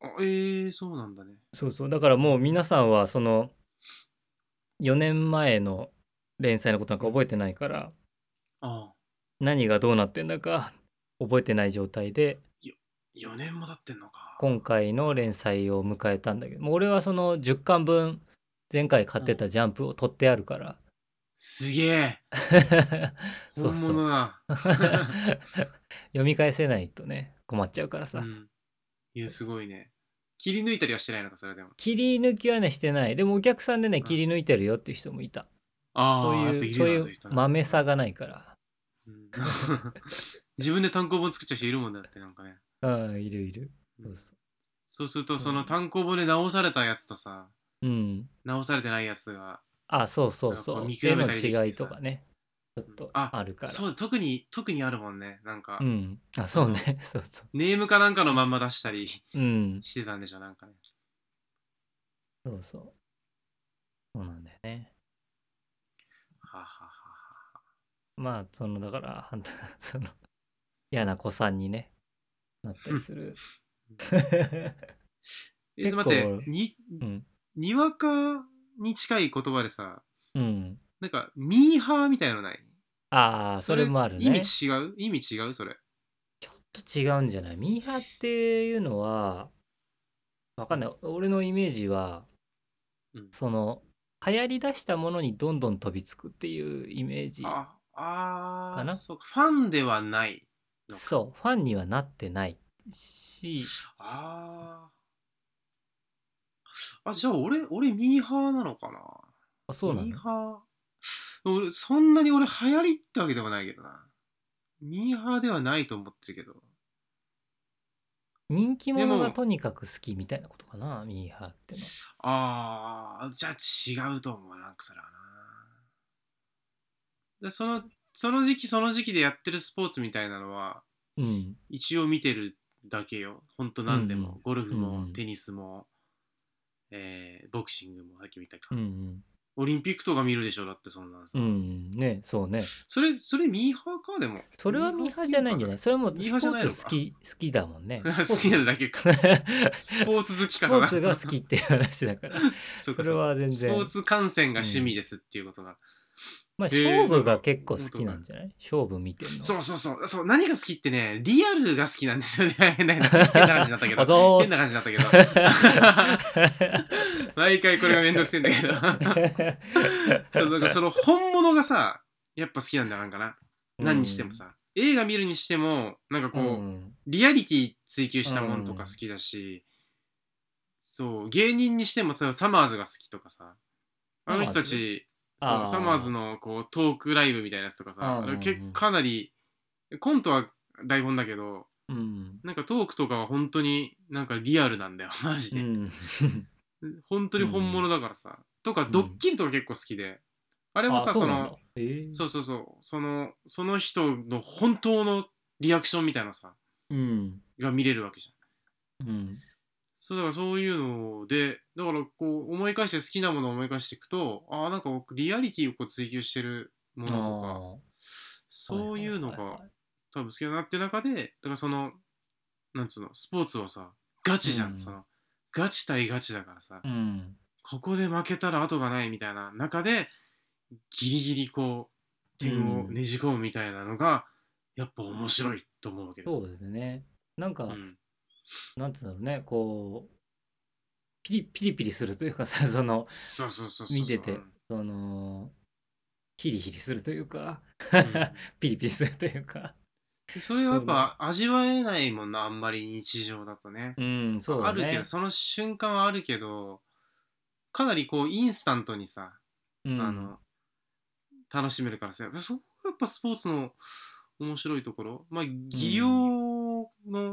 [SPEAKER 2] あえー、そうなんだね
[SPEAKER 1] そうそうだからもう皆さんはその4年前の連載のことなんか覚えてないから
[SPEAKER 2] ああ
[SPEAKER 1] 何がどうなってんだか覚えてない状態で
[SPEAKER 2] 4年も経ってんのか
[SPEAKER 1] 今回の連載を迎えたんだけどもう俺はその10巻分前回買ってたジャンプを取ってある から、
[SPEAKER 2] すげえ
[SPEAKER 1] そ
[SPEAKER 2] 本
[SPEAKER 1] うそう
[SPEAKER 2] 物 だ
[SPEAKER 1] 読み返せないとね困っちゃうからさ、
[SPEAKER 2] うん、いやすごいね切り抜いたりはしてないのかそれでも
[SPEAKER 1] 切り抜きはねしてないでもお客さんでね切り抜いてるよっていう人もいた、
[SPEAKER 2] ああ
[SPEAKER 1] そう
[SPEAKER 2] やっぱ
[SPEAKER 1] い
[SPEAKER 2] いうる
[SPEAKER 1] そう
[SPEAKER 2] な
[SPEAKER 1] いう
[SPEAKER 2] 人な
[SPEAKER 1] 豆さがないから
[SPEAKER 2] うん 自分で単行本作っちゃう人いるもんだってなんかね
[SPEAKER 1] うんいるいるそうそ
[SPEAKER 2] そうするとその単行本で直されたやつとさ
[SPEAKER 1] ううん
[SPEAKER 2] 直されてないやつが
[SPEAKER 1] あそうそうそ
[SPEAKER 2] なん
[SPEAKER 1] う
[SPEAKER 2] か見比
[SPEAKER 1] 絵
[SPEAKER 2] べ
[SPEAKER 1] の
[SPEAKER 2] たりできてさ
[SPEAKER 1] 違いとかねちょっと
[SPEAKER 2] あ
[SPEAKER 1] あるから
[SPEAKER 2] そう特に特にあるもんねなんか、
[SPEAKER 1] うんあそうね そうそ
[SPEAKER 2] ネームかなんかのまんま出したり し
[SPEAKER 1] ううん
[SPEAKER 2] てたんでしょなんかね
[SPEAKER 1] そうそうそうなんだよね
[SPEAKER 2] はあはあはあはあ
[SPEAKER 1] まあそのだから反対 その嫌な子さんにねなったりする
[SPEAKER 2] え
[SPEAKER 1] 結構
[SPEAKER 2] 待ってに、
[SPEAKER 1] うん
[SPEAKER 2] にわかに近い言葉でさ
[SPEAKER 1] うん
[SPEAKER 2] なんかミーハーみたいのない
[SPEAKER 1] ああそれもあるね
[SPEAKER 2] 意味違う意味違うそれ
[SPEAKER 1] ちょっと違うんじゃないミーハーっていうのはわかんない俺のイメージは
[SPEAKER 2] うん
[SPEAKER 1] その流行りだしたものにどんどん飛びつくっていうイメージ
[SPEAKER 2] ああー
[SPEAKER 1] かな
[SPEAKER 2] そうかファンではないのか
[SPEAKER 1] そうファンにはなってないし
[SPEAKER 2] ああ。あ、じゃあ俺、俺ミーハーなのかな
[SPEAKER 1] あそうな
[SPEAKER 2] ミー
[SPEAKER 1] の
[SPEAKER 2] ハー。俺、そんなに俺流行りってわけでもないけどな。ミーハーではないと思ってるけど。
[SPEAKER 1] 人気
[SPEAKER 2] で
[SPEAKER 1] 者
[SPEAKER 2] も
[SPEAKER 1] がとにかく好きみたいなことかなミーハーってのは
[SPEAKER 2] ああ、じゃあ違うと思うな、それはな。でその、その時期その時期でやってるスポーツみたいなのは、
[SPEAKER 1] うん
[SPEAKER 2] 一応見てるだけよ。ほんと何でも。
[SPEAKER 1] うんうん
[SPEAKER 2] ゴルフ
[SPEAKER 1] うん
[SPEAKER 2] も、
[SPEAKER 1] うん
[SPEAKER 2] テニスも、えーボクシングも、さっき見たか。
[SPEAKER 1] うんうん
[SPEAKER 2] オリンピックとか見るでしょだってそんなんさ、
[SPEAKER 1] うん、ね、そうね。
[SPEAKER 2] それそれミーハーかでも
[SPEAKER 1] それはミーハーじゃないんじゃないそれはもう
[SPEAKER 2] ミー
[SPEAKER 1] ス
[SPEAKER 2] ハ
[SPEAKER 1] ポ
[SPEAKER 2] ーじゃない
[SPEAKER 1] ー
[SPEAKER 2] のか
[SPEAKER 1] ツ好き、好きだもんね。
[SPEAKER 2] 好きなだけかスポーツ好き
[SPEAKER 1] ス
[SPEAKER 2] か
[SPEAKER 1] ポ
[SPEAKER 2] な
[SPEAKER 1] ーツ が好きっていう話だから。
[SPEAKER 2] そう
[SPEAKER 1] そ
[SPEAKER 2] か
[SPEAKER 1] れ
[SPEAKER 2] そうか
[SPEAKER 1] は全
[SPEAKER 2] スポ
[SPEAKER 1] 然
[SPEAKER 2] ー。ツ観戦が趣味ですっていうことが、
[SPEAKER 1] まあ、
[SPEAKER 2] へえ
[SPEAKER 1] 勝負
[SPEAKER 2] なん
[SPEAKER 1] が
[SPEAKER 2] か
[SPEAKER 1] 結構好きなんじゃない勝負見てんの。
[SPEAKER 2] そうそうそうそう何が好きってねリアルが好きなんですよね 変な 変な話になったけ
[SPEAKER 1] あざ
[SPEAKER 2] ど
[SPEAKER 1] ーす
[SPEAKER 2] 変な話になったけど
[SPEAKER 1] う。
[SPEAKER 2] 毎回これがめんどくせえん だけどそうなんかその本物がさやっぱ好きなんだなんかな、何にしてもさ映画見るにしてもなんかこ
[SPEAKER 1] う
[SPEAKER 2] う、
[SPEAKER 1] ん。
[SPEAKER 2] リアリティ追求したもんとか好きだし、そう芸人にしても例えばサマーズが好きとかさあの人たち
[SPEAKER 1] サマー
[SPEAKER 2] そう
[SPEAKER 1] ズ
[SPEAKER 2] サマーズのこうトークライブみたいなやつとかさ、
[SPEAKER 1] うんうんうん
[SPEAKER 2] 結構かなりコントは台本だけど
[SPEAKER 1] うん。
[SPEAKER 2] なんかトークとかは本当になんかリアルなんだよ マ
[SPEAKER 1] う
[SPEAKER 2] ジで、
[SPEAKER 1] ん。
[SPEAKER 2] 本当に本物だからさ、とか
[SPEAKER 1] ん
[SPEAKER 2] ドッキリとか結構好きで、あれも
[SPEAKER 1] あ
[SPEAKER 2] さ
[SPEAKER 1] そ
[SPEAKER 2] そう
[SPEAKER 1] なん
[SPEAKER 2] の
[SPEAKER 1] だええ
[SPEAKER 2] そうそうそうそのその人の本当のリアクションみたいなさ
[SPEAKER 1] うん。
[SPEAKER 2] が見れるわけじゃん
[SPEAKER 1] うん。
[SPEAKER 2] そうだからそういうのでだからこう思い返して好きなものを思い返していくとああなんか僕リアリティをこう追求してるものとか
[SPEAKER 1] ああ。
[SPEAKER 2] そういうの
[SPEAKER 1] はは
[SPEAKER 2] が
[SPEAKER 1] は
[SPEAKER 2] 多分好きだなって中でだからそのなんつうのスポーツはさガチじゃん、
[SPEAKER 1] うん
[SPEAKER 2] そのガチ対ガチだからさ、
[SPEAKER 1] いはい。うん。
[SPEAKER 2] ここで負けたら後がないみたいな中でギリギリこう点をねじ込むみたいなのが、やっぱ面白いと思うわけです
[SPEAKER 1] そうですね。なんか、
[SPEAKER 2] うん
[SPEAKER 1] なんて言うんだろうね、こう、ピリピリピリするというかさ、 その、
[SPEAKER 2] そうそうそうそうそう
[SPEAKER 1] 見てて
[SPEAKER 2] うん、
[SPEAKER 1] その、ヒリヒリするというか、
[SPEAKER 2] うん
[SPEAKER 1] ピリピリするというか。
[SPEAKER 2] でそれはやっぱ味わえないもんなあんまり日常だとね
[SPEAKER 1] うん、そうだ
[SPEAKER 2] あるけ
[SPEAKER 1] ね
[SPEAKER 2] ど。その瞬間はあるけどかなりこうインスタントにさ、
[SPEAKER 1] うん
[SPEAKER 2] あの楽しめるからさやっぱそこがやっぱスポーツの面白いところまあ技量の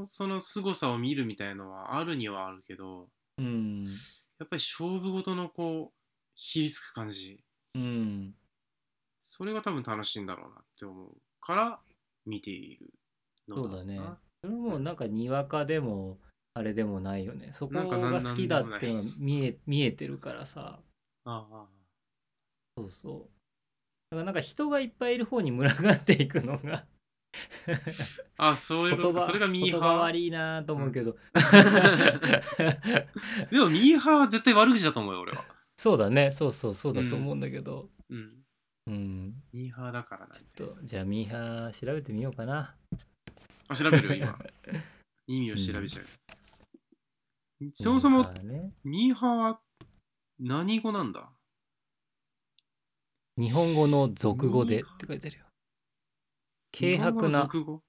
[SPEAKER 2] その凄さを見るみたいのはあるにはあるけど
[SPEAKER 1] うん、
[SPEAKER 2] やっぱり勝負事のこうひりつく感じ
[SPEAKER 1] うん、
[SPEAKER 2] それが多分楽しいんだろうなって思うから見ているの
[SPEAKER 1] そうだね。それもなんかにわかでも、あれでもないよね。そこ
[SPEAKER 2] なんかなん
[SPEAKER 1] が好きだっていうのは
[SPEAKER 2] なんでもない
[SPEAKER 1] 見え見えてるからさ。
[SPEAKER 2] ああ
[SPEAKER 1] そうそう。だからなんか人がいっぱいいる方に群がっていくのが
[SPEAKER 2] あ、そういう
[SPEAKER 1] 言
[SPEAKER 2] ことか。
[SPEAKER 1] 葉
[SPEAKER 2] それがミー
[SPEAKER 1] 言葉
[SPEAKER 2] ハ
[SPEAKER 1] 悪いなと思うけど、
[SPEAKER 2] ー。 でもミーハーは絶対悪口だと思うよ、俺は。
[SPEAKER 1] そうだねそうそうそうだと思うんだけど
[SPEAKER 2] うん。
[SPEAKER 1] うん、
[SPEAKER 2] ミーハーだからな。
[SPEAKER 1] ちょっとじゃあミーハー調べてみようかな
[SPEAKER 2] あ、調べるよ、 今。意味を調べちゃう。そもそ
[SPEAKER 1] ミー
[SPEAKER 2] も
[SPEAKER 1] ハ、ーね
[SPEAKER 2] ミーハーは何語なんだ
[SPEAKER 1] 日本語の俗語でって書いてあるよ軽
[SPEAKER 2] 日本語
[SPEAKER 1] 薄
[SPEAKER 2] の
[SPEAKER 1] な
[SPEAKER 2] 俗語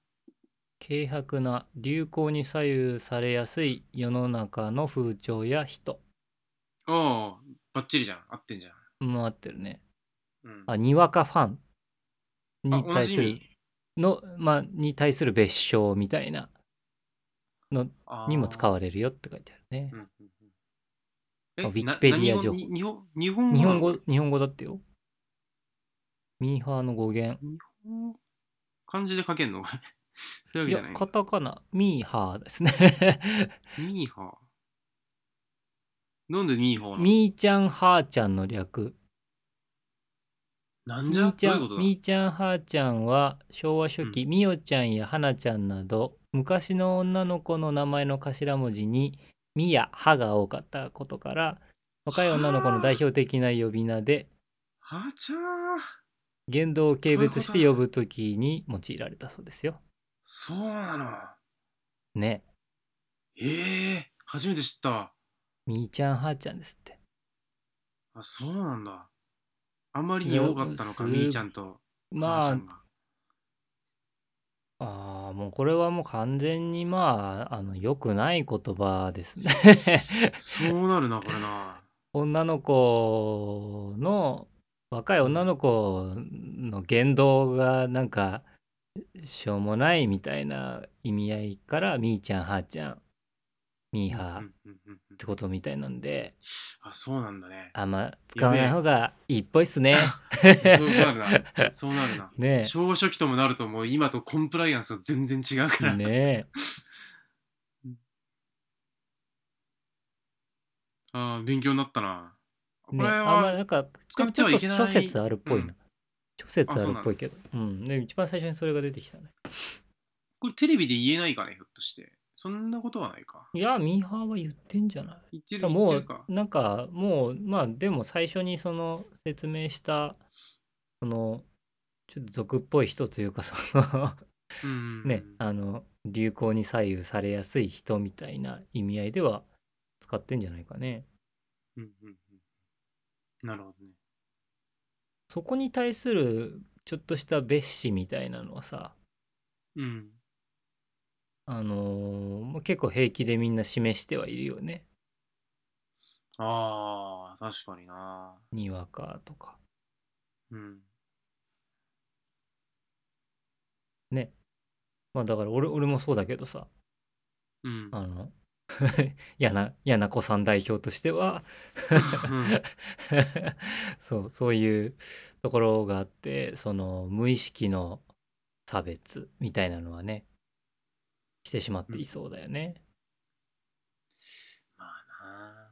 [SPEAKER 1] 軽薄な流行に左右されやすい世の中の風潮や人
[SPEAKER 2] ああ、バッチリじゃん。合ってんじゃん。
[SPEAKER 1] もあってるね
[SPEAKER 2] うん、
[SPEAKER 1] あにわかファンに
[SPEAKER 2] あ同
[SPEAKER 1] 対
[SPEAKER 2] じ
[SPEAKER 1] す
[SPEAKER 2] 意味
[SPEAKER 1] るのまあに対する別称みたいな
[SPEAKER 2] ああ
[SPEAKER 1] にも使われるよって書いてあるね
[SPEAKER 2] うんうんう
[SPEAKER 1] あウ
[SPEAKER 2] んえ
[SPEAKER 1] ィキペディア情報
[SPEAKER 2] な何語に日本語
[SPEAKER 1] 日本語日本語だってよミーハーの語源
[SPEAKER 2] 語漢字で書けんのこ れ。そういうわ
[SPEAKER 1] い
[SPEAKER 2] けじゃ
[SPEAKER 1] や
[SPEAKER 2] ない。
[SPEAKER 1] カタカナミーハーです ね
[SPEAKER 2] ミーハー。なんでミーハーなの
[SPEAKER 1] ミーちゃんハーちゃんの略
[SPEAKER 2] なん
[SPEAKER 1] み
[SPEAKER 2] じゃ
[SPEAKER 1] ーち
[SPEAKER 2] どう
[SPEAKER 1] ゃ
[SPEAKER 2] いうこと
[SPEAKER 1] ん
[SPEAKER 2] だ
[SPEAKER 1] みーちゃんはーちゃんは昭和初期、
[SPEAKER 2] う
[SPEAKER 1] みおちゃんやはなちゃんなど昔の女の子の名前の頭文字に「み」や「は」が多かったことから若い女の子の代表的な呼び名で
[SPEAKER 2] はちゃー。
[SPEAKER 1] 言動を軽蔑し
[SPEAKER 2] そうい
[SPEAKER 1] て
[SPEAKER 2] う
[SPEAKER 1] 呼
[SPEAKER 2] こ
[SPEAKER 1] ぶ時に用いられたそうですよ。
[SPEAKER 2] そうなの。
[SPEAKER 1] ね
[SPEAKER 2] ええ初めて知ったわ。
[SPEAKER 1] みーちゃんはーちゃんですって。
[SPEAKER 2] あ、そうなんだ。あんまりに多かったのか、
[SPEAKER 1] いやす
[SPEAKER 2] みーちゃんと。はちゃ
[SPEAKER 1] ま
[SPEAKER 2] んが
[SPEAKER 1] ああーもうこれはもう完全にまああの良くない言葉ですね。
[SPEAKER 2] そうなるな、これ な。
[SPEAKER 1] 女の子の若い女の子の言動がなんかしょうもないみたいな意味合いからみーちゃんはーちゃんみーは
[SPEAKER 2] う
[SPEAKER 1] ーっ
[SPEAKER 2] んうんうんうん
[SPEAKER 1] てことみたいなんで
[SPEAKER 2] あ、そうなん だね。
[SPEAKER 1] あんま使わない方がいいっぽいっす ね。
[SPEAKER 2] そうなるな。そうなるな。
[SPEAKER 1] ね
[SPEAKER 2] 昭和初期ともなると、もう今とコンプライアンスは全然違うか
[SPEAKER 1] え。
[SPEAKER 2] ら。
[SPEAKER 1] ね
[SPEAKER 2] ああ、勉強になったな。
[SPEAKER 1] え。
[SPEAKER 2] これ
[SPEAKER 1] ねあんま
[SPEAKER 2] は、
[SPEAKER 1] なんか
[SPEAKER 2] 使っ
[SPEAKER 1] ち
[SPEAKER 2] て
[SPEAKER 1] ょ
[SPEAKER 2] は
[SPEAKER 1] っ
[SPEAKER 2] い
[SPEAKER 1] と
[SPEAKER 2] けない
[SPEAKER 1] 諸説あるっぽいな。
[SPEAKER 2] うん
[SPEAKER 1] 諸説あるっぽいけど。うん。で一番最初にそれが出てきたね。
[SPEAKER 2] これテレビで言えないかね、ひょっとして。そんなことはないか。
[SPEAKER 1] いやミーハーは言ってんじゃない
[SPEAKER 2] 言って
[SPEAKER 1] い
[SPEAKER 2] る
[SPEAKER 1] や
[SPEAKER 2] 言って
[SPEAKER 1] も
[SPEAKER 2] る
[SPEAKER 1] う
[SPEAKER 2] か。
[SPEAKER 1] なんかもうまあでも最初にその説明したそのちょっと俗っぽい人というかその
[SPEAKER 2] うんうんうん
[SPEAKER 1] ねあの流行に左右されやすい人みたいな意味合いでは使ってんじゃないかね。
[SPEAKER 2] うんうんうんなるほどね
[SPEAKER 1] そこに対するちょっとした蔑視みたいなのはさ
[SPEAKER 2] うん
[SPEAKER 1] あのー結構平気でみんな示してはいるよね
[SPEAKER 2] ああ確かにな
[SPEAKER 1] にわかとか。
[SPEAKER 2] うん
[SPEAKER 1] まあだから俺俺もそうだけどさ
[SPEAKER 2] うん
[SPEAKER 1] あの 嫌な嫌な子さん代表としては そうそういうところがあってその無意識の差別みたいなのはねしてしまっていそうだよね。
[SPEAKER 2] まあ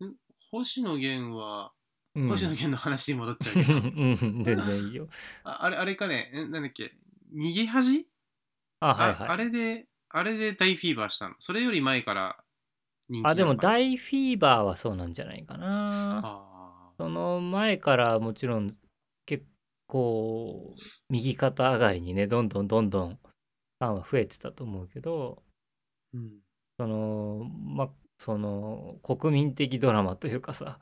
[SPEAKER 2] な。ん星野源は、
[SPEAKER 1] うん、
[SPEAKER 2] 星野源の話に戻っちゃうけど、
[SPEAKER 1] うん全然いいよ。
[SPEAKER 2] ああれあれかね、んなんだっけ、逃げ恥
[SPEAKER 1] あ
[SPEAKER 2] あ,、
[SPEAKER 1] はいはい。
[SPEAKER 2] あれで、あれで大フィーバーしたの。それより前から人気な
[SPEAKER 1] あでも
[SPEAKER 2] のかな
[SPEAKER 1] 大フィーバーはそうなんじゃないかな。
[SPEAKER 2] あー
[SPEAKER 1] その前からもちろん結構右肩上がりにねどんどんどんどんファンは増えてたと思うけど
[SPEAKER 2] うん
[SPEAKER 1] そのまあその国民的ドラマというかさ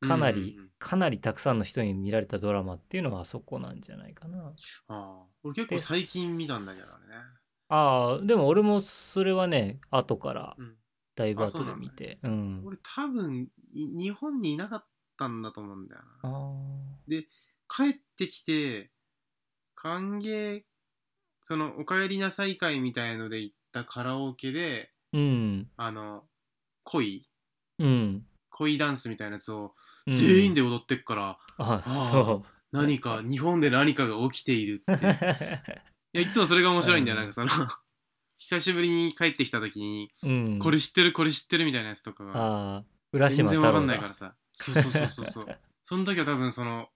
[SPEAKER 1] かなり
[SPEAKER 2] うんうんうん
[SPEAKER 1] かなりたくさんの人に見られたドラマっていうのはそこなんじゃないかな。
[SPEAKER 2] あー俺結構最近見たんだけどね。
[SPEAKER 1] ああでも俺もそれはね後から
[SPEAKER 2] うん
[SPEAKER 1] だいぶ
[SPEAKER 2] あそう
[SPEAKER 1] 後
[SPEAKER 2] な
[SPEAKER 1] で
[SPEAKER 2] んだ
[SPEAKER 1] 見てうん。
[SPEAKER 2] 俺多分、い日本にいなかったんだと思うんだよ
[SPEAKER 1] あ
[SPEAKER 2] な。
[SPEAKER 1] ー
[SPEAKER 2] 帰ってきて、歓迎、その、お帰りなさい会みたいので行ったカラオケで、
[SPEAKER 1] うん
[SPEAKER 2] あの、恋
[SPEAKER 1] うん、
[SPEAKER 2] 恋ダンスみたいなやつを
[SPEAKER 1] うん、
[SPEAKER 2] 全員で踊ってっから、
[SPEAKER 1] あ
[SPEAKER 2] あー
[SPEAKER 1] そう
[SPEAKER 2] 何か、日本で何かが起きている っていう。いや、いつもそれが面白いんだよ。
[SPEAKER 1] う
[SPEAKER 2] なんんかその、 久しぶりに帰ってきた時に、
[SPEAKER 1] うん、
[SPEAKER 2] これ知ってる、これ知ってるみたいなやつとかが、
[SPEAKER 1] ああ浦
[SPEAKER 2] 全
[SPEAKER 1] 島太
[SPEAKER 2] 然
[SPEAKER 1] 郎
[SPEAKER 2] わ
[SPEAKER 1] だ
[SPEAKER 2] かんないからさ。そうそうそうそうそう。 その時は多分その、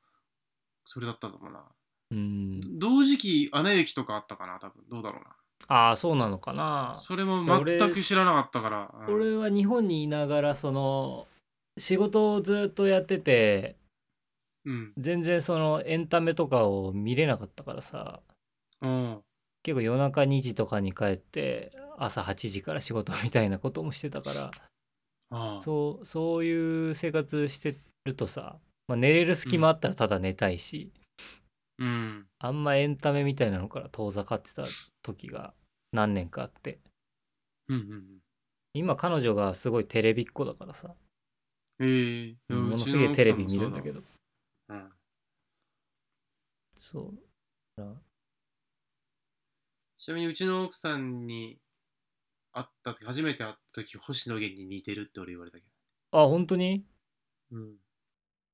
[SPEAKER 2] それだったと思うな。
[SPEAKER 1] うん、
[SPEAKER 2] 同時期、アナ雪とかあったかな、多分。どうだろうな。
[SPEAKER 1] ああそうなのかな
[SPEAKER 2] それも全く知らなかったから。うん
[SPEAKER 1] 俺は日本にいながらその仕事をずっとやってて
[SPEAKER 2] うん。
[SPEAKER 1] 全然そのエンタメとかを見れなかったからさ
[SPEAKER 2] うん。
[SPEAKER 1] 結構夜中2時とかに帰って朝8時から仕事みたいなこともしてたから
[SPEAKER 2] ああ
[SPEAKER 1] そうそういう生活してるとさ、まあ、寝れる隙間あったらただ寝たいし、
[SPEAKER 2] うん。
[SPEAKER 1] あんまエンタメみたいなのから遠ざかってた時が何年かあって
[SPEAKER 2] うんうんうん。
[SPEAKER 1] 今彼女がすごいテレビっ子だからさ
[SPEAKER 2] ええ
[SPEAKER 1] ものすげえテレビ見るんだけ。ど
[SPEAKER 2] うん。
[SPEAKER 1] そうだ
[SPEAKER 2] ちなみにうちの奥さんに会った時、初めて会った時、星野源に似てるって俺言われたけ
[SPEAKER 1] あ本当に
[SPEAKER 2] ど。うん、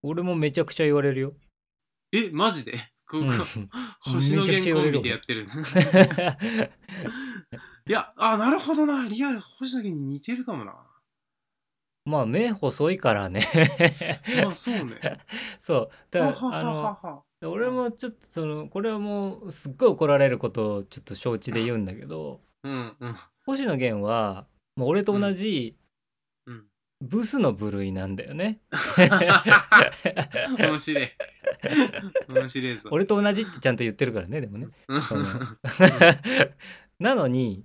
[SPEAKER 1] 俺もめちゃくちゃ言われるよ
[SPEAKER 2] え、マジでここ、
[SPEAKER 1] うん
[SPEAKER 2] 星野
[SPEAKER 1] めちゃくちゃ言
[SPEAKER 2] 源
[SPEAKER 1] わ
[SPEAKER 2] コ
[SPEAKER 1] れ
[SPEAKER 2] ン
[SPEAKER 1] る
[SPEAKER 2] ビでやってる。いや、あ、なるほどな。リアル、星野源に似てるか もな。
[SPEAKER 1] まあ目細いからね
[SPEAKER 2] まあ、そうね。
[SPEAKER 1] そうだ
[SPEAKER 2] はは
[SPEAKER 1] からあ
[SPEAKER 2] は
[SPEAKER 1] の
[SPEAKER 2] はは
[SPEAKER 1] 俺もちょっとそのこれはもうすっごい怒られることをちょっと承知で言うんだけど
[SPEAKER 2] うんうん
[SPEAKER 1] 星野源はもう俺と同じ
[SPEAKER 2] うん。
[SPEAKER 1] ブスの部類なんだよね、
[SPEAKER 2] 面白い。面白いぞ。
[SPEAKER 1] 俺と同じってちゃんと言ってるからねでもね
[SPEAKER 2] うん
[SPEAKER 1] その なのに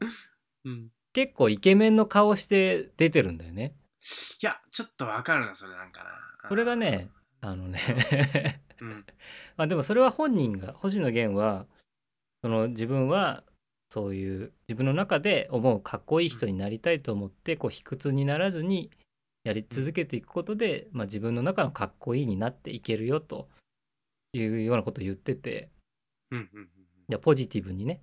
[SPEAKER 2] うん
[SPEAKER 1] 結構イケメンの顔して出てるんだよね
[SPEAKER 2] いや、ちょっとわかるな、それなんかな。
[SPEAKER 1] それがねあのね
[SPEAKER 2] うん、
[SPEAKER 1] まあでもそれは本人が星野源はその自分はそういう自分の中で思うかっこいい人になりたいと思ってこう卑屈にならずにやり続けていくことで、まあ、自分の中のかっこいいになっていけるよというようなことを言ってて、
[SPEAKER 2] うん、うん、
[SPEAKER 1] じゃあポジティブにね、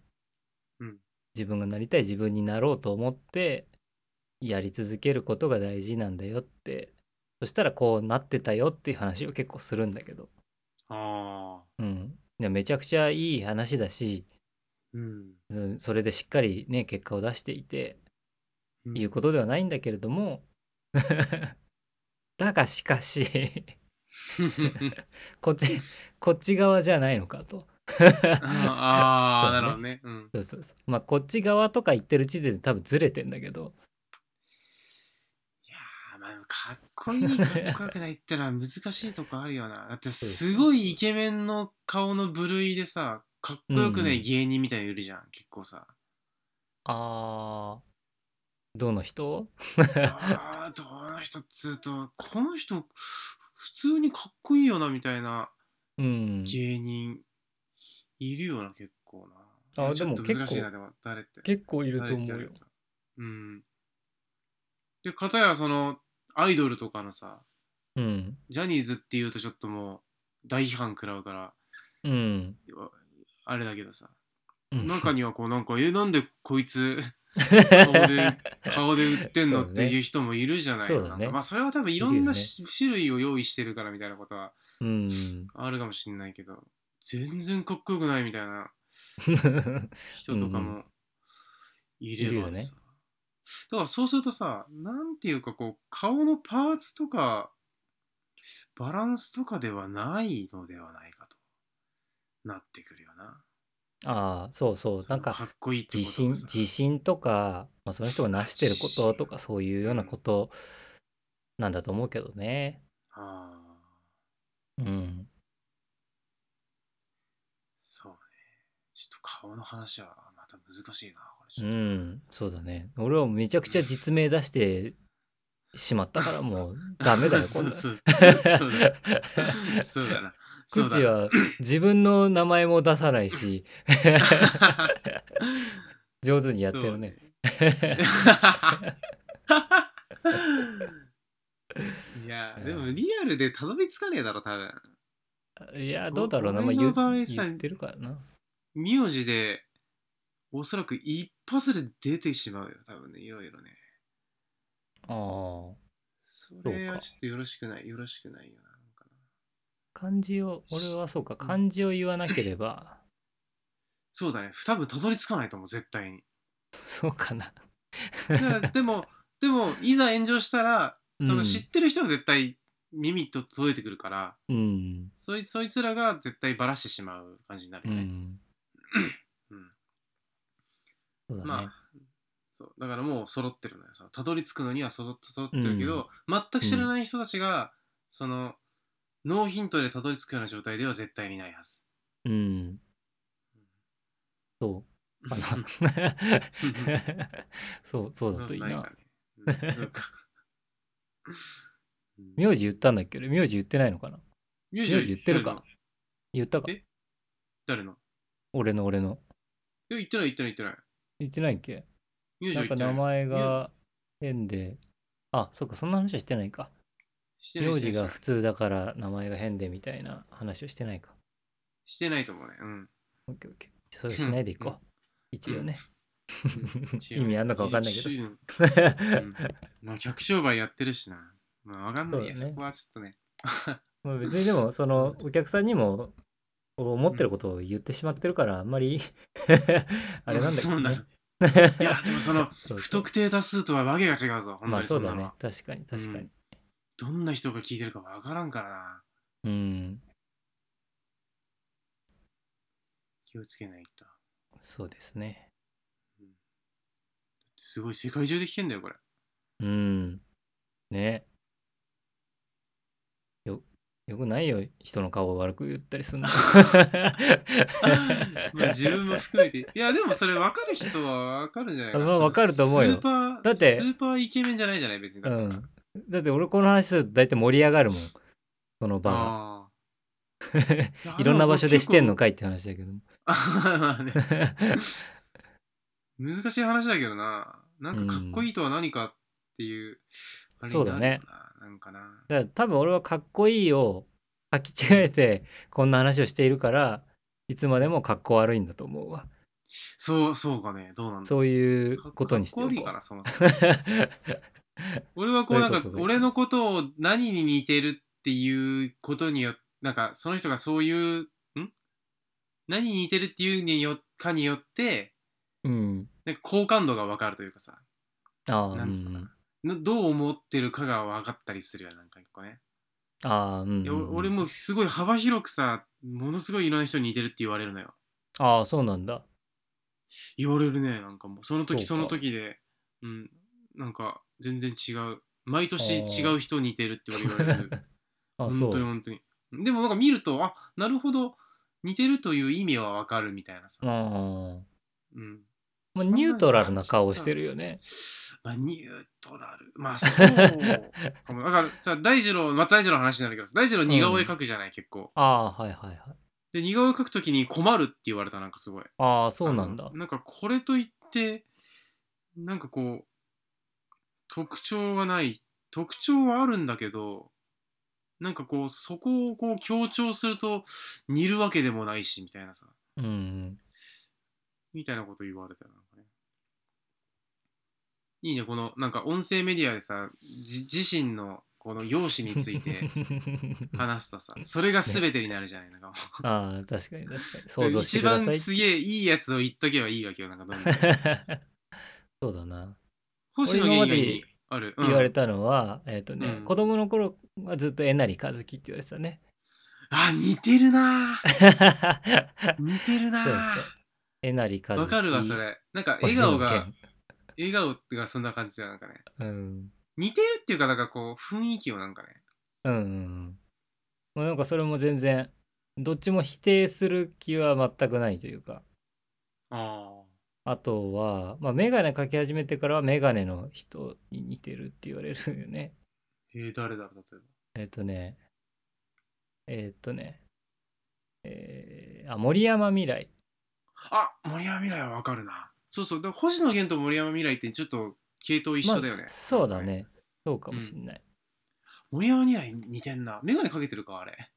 [SPEAKER 2] うん
[SPEAKER 1] 自分がなりたい自分になろうと思ってやり続けることが大事なんだよってそしたらこうなってたよっていう話を結構するんだけど、
[SPEAKER 2] ああ、
[SPEAKER 1] うん、でめちゃくちゃいい話だし
[SPEAKER 2] うん。
[SPEAKER 1] うんそれでしっかりね結果を出していて
[SPEAKER 2] うん
[SPEAKER 1] いうことではないんだけれども だがし かしこっ ちこっち側じゃないのかと。
[SPEAKER 2] あ
[SPEAKER 1] そ
[SPEAKER 2] あ、
[SPEAKER 1] う
[SPEAKER 2] な
[SPEAKER 1] だね
[SPEAKER 2] るほどね。う
[SPEAKER 1] そ
[SPEAKER 2] ん。
[SPEAKER 1] うそうそうまあこっち側とか言ってる時点で多分ずれてんだけど
[SPEAKER 2] いやーまあ、かっこいいかっこよくないってのは難しいとこあるよな。だってすごいイケメンの顔の部類でさ、かっこよくない芸人みたいなのいるじゃん、結構さ。
[SPEAKER 1] あー、どの人
[SPEAKER 2] あーどの人っつうと、この人、普通にかっこいいよなみたいな
[SPEAKER 1] うん。
[SPEAKER 2] 芸人いるよな、結構な。
[SPEAKER 1] あ
[SPEAKER 2] ちょっと
[SPEAKER 1] でも
[SPEAKER 2] 難しい
[SPEAKER 1] 結
[SPEAKER 2] な、
[SPEAKER 1] 構
[SPEAKER 2] でも誰って。
[SPEAKER 1] 結構いると思う
[SPEAKER 2] 誰って
[SPEAKER 1] よ
[SPEAKER 2] 言われ。た。うん。で、かたやその、アイドルとかのさ、
[SPEAKER 1] うん。
[SPEAKER 2] ジャニーズっていうとちょっともう大批判食らうから、
[SPEAKER 1] うん。
[SPEAKER 2] あれだけどさ、
[SPEAKER 1] うん
[SPEAKER 2] 中にはこうなんか、え、なんでこいつ顔で、顔で売ってんの
[SPEAKER 1] そ
[SPEAKER 2] っ
[SPEAKER 1] うね
[SPEAKER 2] ていう人もいるじゃない
[SPEAKER 1] そう
[SPEAKER 2] の
[SPEAKER 1] だね
[SPEAKER 2] なんかまあそれは多分いろ
[SPEAKER 1] い
[SPEAKER 2] ん
[SPEAKER 1] るよ
[SPEAKER 2] な
[SPEAKER 1] ね
[SPEAKER 2] し種類を用意してるからみたいなことは
[SPEAKER 1] うん。
[SPEAKER 2] あるかもしんないけど、全然かっこよくないみたいな人とか
[SPEAKER 1] うん
[SPEAKER 2] もいれ
[SPEAKER 1] い
[SPEAKER 2] ばさ
[SPEAKER 1] るよね
[SPEAKER 2] だからそうするとさ、なんていうかこう、顔のパーツとか、バランスとかではないのではないかとなってくるよな。
[SPEAKER 1] ああ、そうそう。
[SPEAKER 2] そ
[SPEAKER 1] な
[SPEAKER 2] の
[SPEAKER 1] んか、
[SPEAKER 2] っこいいってこ
[SPEAKER 1] 自
[SPEAKER 2] と
[SPEAKER 1] 信
[SPEAKER 2] がさ
[SPEAKER 1] 自信とか、まあ、その人が成してることとかそういうようなことなんだと思うけどね。
[SPEAKER 2] ああ、
[SPEAKER 1] うん。
[SPEAKER 2] そうね。ちょっと顔の話はまた難しいな、これち
[SPEAKER 1] う
[SPEAKER 2] ょっと。
[SPEAKER 1] ん。そうだね。俺はめちゃくちゃ実名出してしまったからもうダメだよ、こ
[SPEAKER 2] そ
[SPEAKER 1] んな
[SPEAKER 2] う。そう。そうだな。そうだな。そうだ
[SPEAKER 1] 口
[SPEAKER 2] な。
[SPEAKER 1] は自分の名前も出さないし、上手にやってるね。
[SPEAKER 2] いや、でもリアルでたどり着かねえだろ、多分。
[SPEAKER 1] いや、どうだろうな。まあ、
[SPEAKER 2] 俺
[SPEAKER 1] 言
[SPEAKER 2] の
[SPEAKER 1] う
[SPEAKER 2] 場合さ
[SPEAKER 1] 言ってるからな。
[SPEAKER 2] 名字で、おそらく一発で出てしまうよ、多分ね、いろいろね。
[SPEAKER 1] ああ。
[SPEAKER 2] それはちょっとよろしくない、よろしくないよな。なんかな
[SPEAKER 1] 漢字を、俺はそうか、漢字を言わなければ、
[SPEAKER 2] そうだね、多分たどり着かないと思う、絶対に。
[SPEAKER 1] そうかな。
[SPEAKER 2] だからでも、でも、いざ炎上したら、その
[SPEAKER 1] うん
[SPEAKER 2] 知ってる人は絶対耳と届いてくるから、
[SPEAKER 1] うん。
[SPEAKER 2] そいそいつらが絶対バラしてしまう感じになる
[SPEAKER 1] う
[SPEAKER 2] よね。
[SPEAKER 1] ん。
[SPEAKER 2] うん
[SPEAKER 1] そうだね。
[SPEAKER 2] まあそうだからもう揃ってるのよそのたどり着くのには揃っ揃ってるけど、全く知らない人たちが、そのノーヒントでたどり着くような状態では絶対にないはず
[SPEAKER 1] うん。そう かな。そう、そうだといい
[SPEAKER 2] ない
[SPEAKER 1] な
[SPEAKER 2] か。ねうんそうかうん
[SPEAKER 1] 名字言ったんだっけ俺名字言ってないのかな
[SPEAKER 2] 名
[SPEAKER 1] 名
[SPEAKER 2] 字は
[SPEAKER 1] 字言ってるか言ったか
[SPEAKER 2] え誰の
[SPEAKER 1] 俺の俺の。
[SPEAKER 2] いや言ってない言ってない言って
[SPEAKER 1] 言ってないっけ
[SPEAKER 2] ない名字
[SPEAKER 1] な
[SPEAKER 2] は
[SPEAKER 1] ん
[SPEAKER 2] 言
[SPEAKER 1] か
[SPEAKER 2] ってな
[SPEAKER 1] 名
[SPEAKER 2] い
[SPEAKER 1] 前が変で。あ、そうか、そんな話はしてないか。
[SPEAKER 2] してない
[SPEAKER 1] 名字
[SPEAKER 2] してな
[SPEAKER 1] が
[SPEAKER 2] い
[SPEAKER 1] 普通だから名前が変でみたいな話をしてないか。
[SPEAKER 2] してないと思うねうん
[SPEAKER 1] オッケーオッケー。じゃあそれしないでいこう。一応ね。 意味あんのかわかんないけど。
[SPEAKER 2] どまあ客商売やってるしなまあわかんないや
[SPEAKER 1] そうだね
[SPEAKER 2] そこはちょっとね
[SPEAKER 1] まあ別にで も、その、お客さんにも、思ってることを言ってしまってるから、あんまり あれなんだけ
[SPEAKER 2] そ
[SPEAKER 1] ど
[SPEAKER 2] う なの
[SPEAKER 1] ね。
[SPEAKER 2] いや、でもその
[SPEAKER 1] そうそう
[SPEAKER 2] 不特定多数とはわけが違うぞ、本
[SPEAKER 1] ま
[SPEAKER 2] 当
[SPEAKER 1] あ
[SPEAKER 2] に
[SPEAKER 1] そ
[SPEAKER 2] そ
[SPEAKER 1] うん
[SPEAKER 2] な
[SPEAKER 1] だ
[SPEAKER 2] の
[SPEAKER 1] ね
[SPEAKER 2] は。。
[SPEAKER 1] 確かに確かに。
[SPEAKER 2] どんな人が聞いてるかわからんからな。
[SPEAKER 1] うん、
[SPEAKER 2] 気をつけないと。
[SPEAKER 1] そうですね。
[SPEAKER 2] すごい、世界中で聞けんだよ、これ。
[SPEAKER 1] う ん。ね。よ、よくないよ。人の顔を悪く言ったりするの。
[SPEAKER 2] まあ自分も含めて。いや、でもそれ分かる人は分かるんじゃないかな。
[SPEAKER 1] まあ分かると思うよ
[SPEAKER 2] スーパー、
[SPEAKER 1] だって
[SPEAKER 2] スーパーイケメンじゃないじゃない、別
[SPEAKER 1] う
[SPEAKER 2] に。だってさ
[SPEAKER 1] ん。だって俺この話すると大体盛り上がるもん。その場が。
[SPEAKER 2] あー
[SPEAKER 1] いろんな場所でしてんの
[SPEAKER 2] か。
[SPEAKER 1] かいって話だけど。
[SPEAKER 2] まあ ね難しい話だけどな。なんかかっこいいとは何かっていう、あれに
[SPEAKER 1] そ
[SPEAKER 2] なるよな
[SPEAKER 1] うだね。
[SPEAKER 2] なんかな。
[SPEAKER 1] だから多分俺はかっこいいを履き違えてこんな話をしているからいつまでもかっこ悪いんだと思うわ
[SPEAKER 2] そう、そうかね、どうなんだろう
[SPEAKER 1] そういう
[SPEAKER 2] か
[SPEAKER 1] ことにしてお
[SPEAKER 2] かっこい
[SPEAKER 1] こ
[SPEAKER 2] いか
[SPEAKER 1] う
[SPEAKER 2] な、そもそも俺はこう、
[SPEAKER 1] どう
[SPEAKER 2] な
[SPEAKER 1] んいうこ
[SPEAKER 2] か
[SPEAKER 1] と、
[SPEAKER 2] 俺のことを何に似てるっていうことによって、なんか、その人がそういう、ん何に似てるっていうによかによって、
[SPEAKER 1] うん
[SPEAKER 2] なんか好感度が分かるというかさ、
[SPEAKER 1] ああ
[SPEAKER 2] なんつうのかな、のどう思ってるかが分かったりするよ、なんか一個ね。
[SPEAKER 1] うんああうん
[SPEAKER 2] いやお俺もすごい幅広くさ、ものすごいいろんな人に似てるって言われるのよ。
[SPEAKER 1] ああそうなんだ
[SPEAKER 2] 言われるね、なんかもう、その時
[SPEAKER 1] そ
[SPEAKER 2] そう
[SPEAKER 1] か
[SPEAKER 2] の時で、うん、なんか、全然違う毎年違う人似てるって言われる
[SPEAKER 1] あそ
[SPEAKER 2] 本当に
[SPEAKER 1] う
[SPEAKER 2] 本当にでもなんか見るとあなるほど似てるという意味はわかるみたいなさ、
[SPEAKER 1] あ
[SPEAKER 2] うん
[SPEAKER 1] まあ、ニュートラルな顔してるよね。
[SPEAKER 2] まあ、ニュートラルまあそうか もだからさ大二郎また大二郎の話になるけど大二郎似顔絵描くじゃない、結構
[SPEAKER 1] ああ、はいはいはい。
[SPEAKER 2] で似顔絵描くときに困るって言われたなんかすごい
[SPEAKER 1] ああ、そうなんだ
[SPEAKER 2] あの。なんかこれといってなんかこう特徴がない特徴はあるんだけどなんかこうそこをこう強調すると似るわけでもないしみたいなさ
[SPEAKER 1] うんうん。
[SPEAKER 2] みたいなこと言われたよなんかねいいねこのなんか音声メディアでさじ自身のこの容姿につ いて話すとさそれが全てになるじゃないなんかもう
[SPEAKER 1] ああ、確かに確かに。想像して
[SPEAKER 2] 一
[SPEAKER 1] くだ
[SPEAKER 2] 番
[SPEAKER 1] さい。
[SPEAKER 2] すげえいいやつを言っとけばいいわけよなんかどんどん
[SPEAKER 1] そうだな。
[SPEAKER 2] 星野源以外にある、うん
[SPEAKER 1] 言われたのは、えっ、とね、
[SPEAKER 2] うん
[SPEAKER 1] 子供の頃はずっとえなりかずきって言われてた ね。
[SPEAKER 2] あ似てるなぁ似てるな
[SPEAKER 1] そう
[SPEAKER 2] ぁ
[SPEAKER 1] そうえなりかずき。
[SPEAKER 2] わかるわそ。れなんか笑顔が笑顔がそんな感じだよなんかね
[SPEAKER 1] うん。
[SPEAKER 2] 似てるっていうかなんかこう雰囲気をなんかね
[SPEAKER 1] うんうんうん。まあ、なんかそれも全然、どっちも否定する気は全くないというか。
[SPEAKER 2] あ
[SPEAKER 1] あとは、まあ、メガネかけ始めてからはメガネの人に似てるって言われるよね。
[SPEAKER 2] ーえー、誰だろう例えば
[SPEAKER 1] えっ、とね、えっ、とね、えーあ、森山未来。
[SPEAKER 2] あ森山未来はわかるなそうそうでも星野源と森山未来ってちょっと系統一緒だよね、
[SPEAKER 1] まあそうだね。そうかもしんない。
[SPEAKER 2] 森山未来似てんな眼鏡かけてるかあれ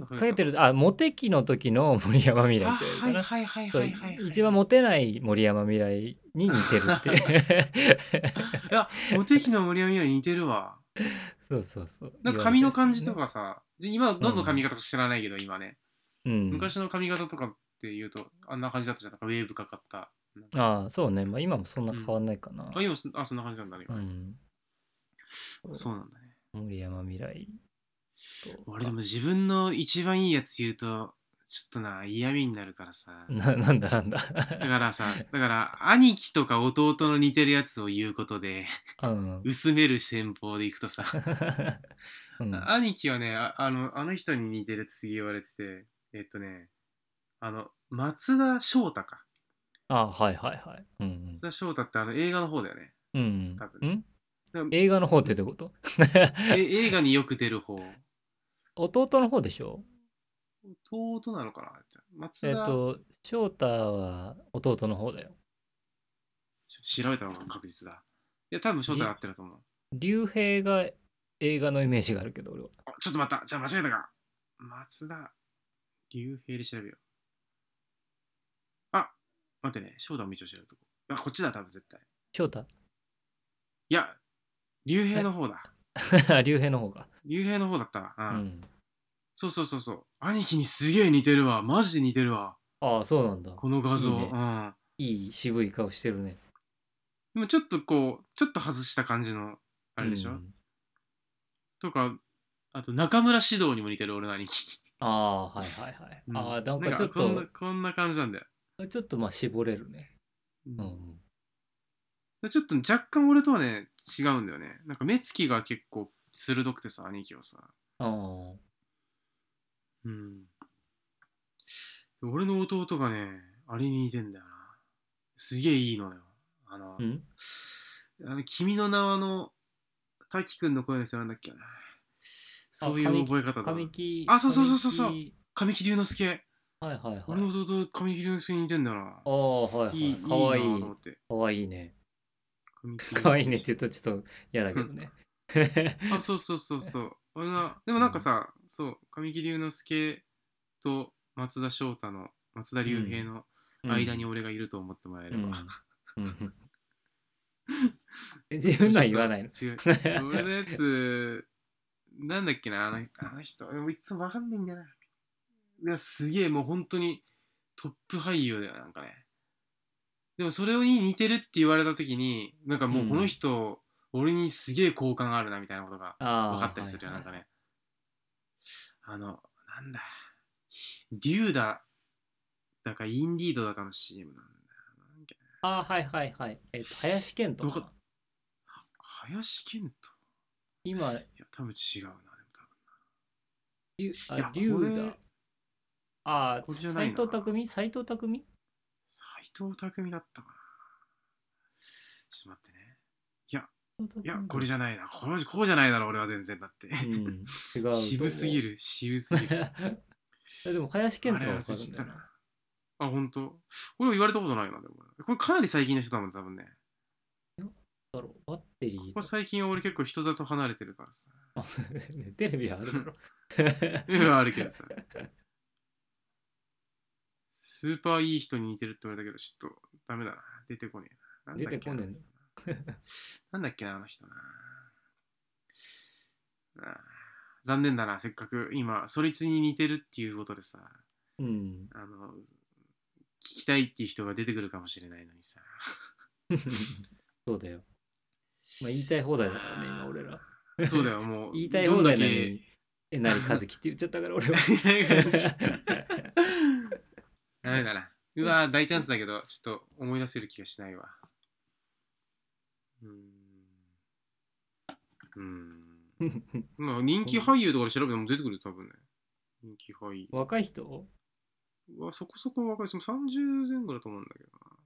[SPEAKER 1] かけてる、あ、モテ期の時の森山未来
[SPEAKER 2] あ
[SPEAKER 1] って言わ
[SPEAKER 2] は
[SPEAKER 1] れるか
[SPEAKER 2] い
[SPEAKER 1] な。
[SPEAKER 2] はいはい
[SPEAKER 1] そ
[SPEAKER 2] は
[SPEAKER 1] う
[SPEAKER 2] いはい、はい、
[SPEAKER 1] 一番モテない森山未来に似てるって いう
[SPEAKER 2] いやモテ期の森山未来似てるわ
[SPEAKER 1] そうそうそう
[SPEAKER 2] なんか髪の感じと、かさ、今どんどん髪型知らないけど、今ね、
[SPEAKER 1] 言われたりするねうん、
[SPEAKER 2] 昔の髪型とかっていうと、あんな感じだったじゃん、なんかウェーブかかった。なんか
[SPEAKER 1] ああそうね、まあ、今もそんな変わんないかな、
[SPEAKER 2] あ、今そ、あ、そんな感じなんだね。
[SPEAKER 1] う
[SPEAKER 2] 今ね
[SPEAKER 1] ん、
[SPEAKER 2] そうなんだね。
[SPEAKER 1] 森山未来と
[SPEAKER 2] 俺でも自分の一番いいやつ言うと、ちょっとな、嫌味になるからさ。
[SPEAKER 1] ななんだなんだ
[SPEAKER 2] だからさ、だから、兄貴とか弟の似てるやつを言うことで、
[SPEAKER 1] うん、
[SPEAKER 2] 薄める戦法でいくとさ、
[SPEAKER 1] うん、あ
[SPEAKER 2] 兄貴はねああの、あの人に似てるって次言われてて、えっとね、あの、松田翔太か。
[SPEAKER 1] あはいはいはいうん
[SPEAKER 2] 松田翔太ってあの映画の方だ よね。
[SPEAKER 1] うん、
[SPEAKER 2] 多
[SPEAKER 1] うん
[SPEAKER 2] 分
[SPEAKER 1] ん、映画の方ってどういうこと
[SPEAKER 2] え映画によく出る方。
[SPEAKER 1] 弟の方でしょ
[SPEAKER 2] 弟なのかなじゃあ松田、
[SPEAKER 1] えっ、
[SPEAKER 2] ちょっ
[SPEAKER 1] と翔太は弟の方だよ
[SPEAKER 2] と調べた方が確実だ。いや、多分翔太が合ってると思う。
[SPEAKER 1] 竜兵が映画のイメージがあるけど俺は
[SPEAKER 2] あちょっと待った。じゃあ間違えたか。松田、竜兵で調べよう。あ、待ってね。翔太も一応調べるとこう。あ、こっちだ、多分絶対。
[SPEAKER 1] 翔太
[SPEAKER 2] いや、竜兵の方だ。
[SPEAKER 1] 竜兵の方が
[SPEAKER 2] 竜兵の方だったわ。う。
[SPEAKER 1] うんん
[SPEAKER 2] そうそうそうそう。兄貴にすげえ似てるわ。マジで似てるわ。
[SPEAKER 1] ああそうなんだ
[SPEAKER 2] この画像。
[SPEAKER 1] いいね
[SPEAKER 2] うん。
[SPEAKER 1] いい渋い顔してるね
[SPEAKER 2] でもちょっとこう、ちょっと外した感じの、あれでしょ、
[SPEAKER 1] うん
[SPEAKER 2] とか、あと中村獅童にも似てる俺の兄貴。
[SPEAKER 1] ああはいはいはい、
[SPEAKER 2] うん
[SPEAKER 1] ああなんかちょっ
[SPEAKER 2] こんな
[SPEAKER 1] と
[SPEAKER 2] こんな感じなんだよ。
[SPEAKER 1] ちょっとまあ絞れるね
[SPEAKER 2] うん
[SPEAKER 1] うん
[SPEAKER 2] ちょっと若干俺とはね、違うんだよね。なんか目つきが結構鋭くてさ、兄貴はさ。
[SPEAKER 1] ああ
[SPEAKER 2] うん。で俺の弟がね、あれに似てんだよな。すげえいいのよ。あの、
[SPEAKER 1] うん
[SPEAKER 2] あの君の名はの、滝くんの声の人なんだっけな。そういう覚え方だな。
[SPEAKER 1] 神木
[SPEAKER 2] あそうそうそうそうそう
[SPEAKER 1] 神
[SPEAKER 2] 神木隆之介。
[SPEAKER 1] 木はいはいはい
[SPEAKER 2] 俺の弟、神木隆之介に似てんだよな
[SPEAKER 1] あ。あはいはい
[SPEAKER 2] いい、
[SPEAKER 1] かわい
[SPEAKER 2] いいな
[SPEAKER 1] い
[SPEAKER 2] と思って。
[SPEAKER 1] かわいいね
[SPEAKER 2] 神木隆之介
[SPEAKER 1] かわいいねって言うとちょっと嫌だけどね
[SPEAKER 2] あそうそうそうそう俺なでもなんかさ、そう神木隆之介と松田翔太の松田龍平の 間に
[SPEAKER 1] うん
[SPEAKER 2] 俺がいると思ってもらえれ
[SPEAKER 1] う
[SPEAKER 2] ば、
[SPEAKER 1] んうんえ自分のは言わないの
[SPEAKER 2] 違う俺のやつなんだっけなあのあの人もういつもわかんないんだよないやすげえもう本当にトップ俳優だよなんかねでもそれに似てるって言われた時になんかもうこの人、俺にすげえ好感があるなみたいなことが
[SPEAKER 1] ああ
[SPEAKER 2] 分かったりするよ、
[SPEAKER 1] はい
[SPEAKER 2] なんかね。あの、なんだ、デューダだかインディードだかの CM なんだよな。なんか
[SPEAKER 1] ああはいはいはいえっと林健人かな
[SPEAKER 2] 林健人
[SPEAKER 1] 今
[SPEAKER 2] いや、多分違うな、でも多分。
[SPEAKER 1] リュ
[SPEAKER 2] いや
[SPEAKER 1] あリュウ
[SPEAKER 2] これ
[SPEAKER 1] だあ
[SPEAKER 2] これじゃな
[SPEAKER 1] 斎
[SPEAKER 2] いな
[SPEAKER 1] 藤匠斎藤匠
[SPEAKER 2] 斎藤匠だったかな。ちょっと待ってね。いや、これ
[SPEAKER 1] じ
[SPEAKER 2] じゃないな。これこうじゃないだろ、俺は全然だって。
[SPEAKER 1] ゃうん違うと思う
[SPEAKER 2] 渋すぎる、渋すぎる。
[SPEAKER 1] えでも林健
[SPEAKER 2] あ
[SPEAKER 1] 太
[SPEAKER 2] れ
[SPEAKER 1] は
[SPEAKER 2] 忘
[SPEAKER 1] 分
[SPEAKER 2] れ
[SPEAKER 1] かる
[SPEAKER 2] ちゃ
[SPEAKER 1] んだ
[SPEAKER 2] った
[SPEAKER 1] よな
[SPEAKER 2] な。あ、ほんと。俺も言われたことないな、でも。これかなり最近の人だもん、多分ね。
[SPEAKER 1] だろうバッテリー
[SPEAKER 2] これ最近俺結構人里離れてるからさ。
[SPEAKER 1] ねテレビはあるだろ
[SPEAKER 2] いやあるけどさ。スーパーいい人に似てるって言われたけど、ちょっとダメだな。出てこねえな。なんだっけ
[SPEAKER 1] 出てこねえの
[SPEAKER 2] なんだっけな、あの人な。ああ残念だな、せっかく今、そいつに似てるっていうことでさ、
[SPEAKER 1] うん
[SPEAKER 2] あの、聞きたいっていう人が出てくるかもしれないのにさ。
[SPEAKER 1] そうだよまあ言いたい放題だからね今俺ら
[SPEAKER 2] そうだよ、もう。
[SPEAKER 1] 言いたい
[SPEAKER 2] ど
[SPEAKER 1] 放
[SPEAKER 2] んだ
[SPEAKER 1] 題なの
[SPEAKER 2] け。
[SPEAKER 1] にえなりかずきって言っちゃったから 俺は
[SPEAKER 2] ダメだな。うわ、大チャンスだけど、ちょっと思い出せる気がしないわ。うーん。うーん。まあ、人気俳優とかで調べても出てくるよ多分ね。人気俳優。
[SPEAKER 1] 若い人
[SPEAKER 2] うわ、そこそこ若い。その30前後だと思うんだけどな。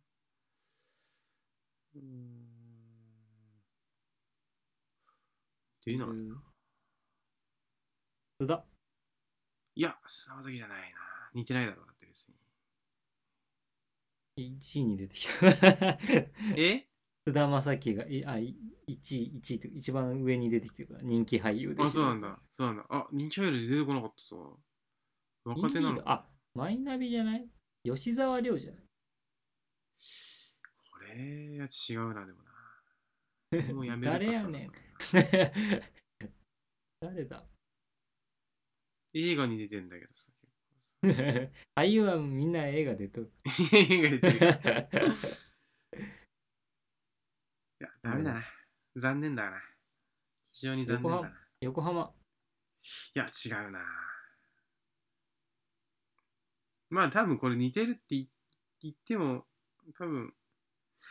[SPEAKER 2] うーん。出ない。
[SPEAKER 1] うん津田
[SPEAKER 2] いや、砂崎じゃないな。似てないだろう、だって別に。
[SPEAKER 1] 1位に出てきた
[SPEAKER 2] え
[SPEAKER 1] 津田正樹がいあい1位1位って一番上に出てきてるから人気俳優で
[SPEAKER 2] あ、
[SPEAKER 1] す
[SPEAKER 2] そうなんだ。そうなんだ。あ、人気俳優で出てこなかったさ。若手なの
[SPEAKER 1] いいあマイナビじゃない吉沢亮じゃない
[SPEAKER 2] これは違うな、でもな。もうやめるか
[SPEAKER 1] 誰やねん
[SPEAKER 2] そろそろ
[SPEAKER 1] 誰だ
[SPEAKER 2] 映画に出てんだけどさ。
[SPEAKER 1] 俳優はみんな映画でとる
[SPEAKER 2] 映画に出てる。いや、ダメだな。残念だな。非常に残
[SPEAKER 1] 横
[SPEAKER 2] 念だな。
[SPEAKER 1] 浜横浜
[SPEAKER 2] いや、違うな。まあ、多分これ似てるって言言っても、多分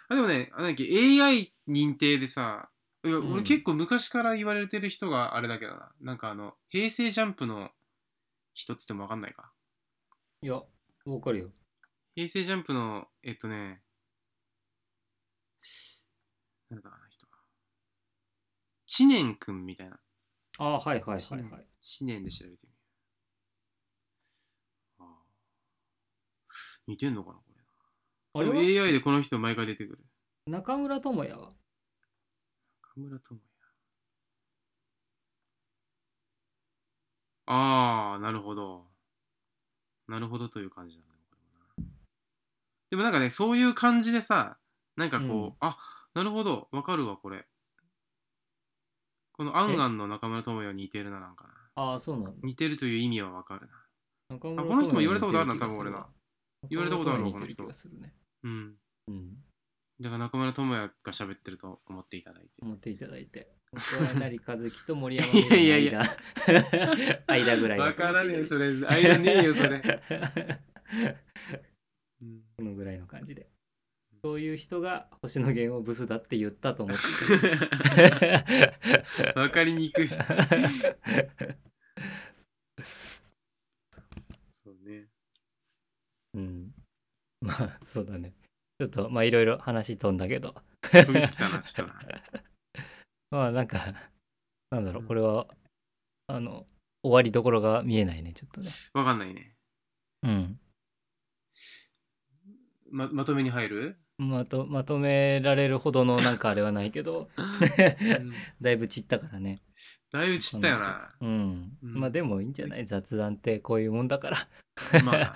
[SPEAKER 2] あ、でもね、あなんだっけ、AI 認定でさ、いや
[SPEAKER 1] うん
[SPEAKER 2] 俺結構昔から言われてる人があれだけどな。なんかあの、平成ジャンプの人っつってもわかんないか。
[SPEAKER 1] いやわかるよ
[SPEAKER 2] 平成ジャンプの、えっとね、なんだかな、人は。知念くんみたいな。
[SPEAKER 1] あーはいはいはいはい
[SPEAKER 2] 思念で調べてみる。ああ似てんのかなこ
[SPEAKER 1] あ
[SPEAKER 2] れ。
[SPEAKER 1] れ
[SPEAKER 2] でも
[SPEAKER 1] は
[SPEAKER 2] AI でこの人毎回出てくる。
[SPEAKER 1] 中村智也は
[SPEAKER 2] 中村智也。ああ、なるほど。なるほどという感じなんだねこれもなでもなんかね、そういう感じでさ、なんかこう、
[SPEAKER 1] うん
[SPEAKER 2] あなるほど、わかるわ、これ。このアンアンの中村智也似てるな、なんかな。
[SPEAKER 1] ああそうなんだ
[SPEAKER 2] 似てるという意味はわかるな。
[SPEAKER 1] 中村
[SPEAKER 2] あこの人も言われたことあるな
[SPEAKER 1] 智也に似て
[SPEAKER 2] 多分俺
[SPEAKER 1] 気が
[SPEAKER 2] な言われたことあるわこの
[SPEAKER 1] 中村智也に似て
[SPEAKER 2] 人
[SPEAKER 1] 気がするね
[SPEAKER 2] うん。
[SPEAKER 1] うん
[SPEAKER 2] だから中村智也が喋ってると思っていただいて。
[SPEAKER 1] 持っていただい て。僕は成和樹と森山の間
[SPEAKER 2] いやいやいや
[SPEAKER 1] 間 ぐらいだ
[SPEAKER 2] わ
[SPEAKER 1] と思
[SPEAKER 2] から
[SPEAKER 1] っていただいて
[SPEAKER 2] ねえ、それ。あいらねえよ、それ。うん
[SPEAKER 1] このぐらいの感じで。そういう人が星野源をブスだって言ったと思って
[SPEAKER 2] わかりにくい。そうね。
[SPEAKER 1] うん。まあ、そうだね。ちょっと、まあ、いろいろ話飛んだけど。
[SPEAKER 2] 飛びつきたな、ちょっとな。
[SPEAKER 1] まあ、なんか、 なんだろう、これは、あの、終わりどころが見えないね、ちょっとね。
[SPEAKER 2] わかんないね。
[SPEAKER 1] うん。
[SPEAKER 2] ま、まとめに入る、
[SPEAKER 1] まとまとめられるほど のなんかあれはないけど
[SPEAKER 2] うん
[SPEAKER 1] だいぶ散ったからね
[SPEAKER 2] だいぶ散ったよな。
[SPEAKER 1] うん、
[SPEAKER 2] うん
[SPEAKER 1] まあでもいいんじゃない雑談ってこういうもんだから
[SPEAKER 2] まあ、まあ、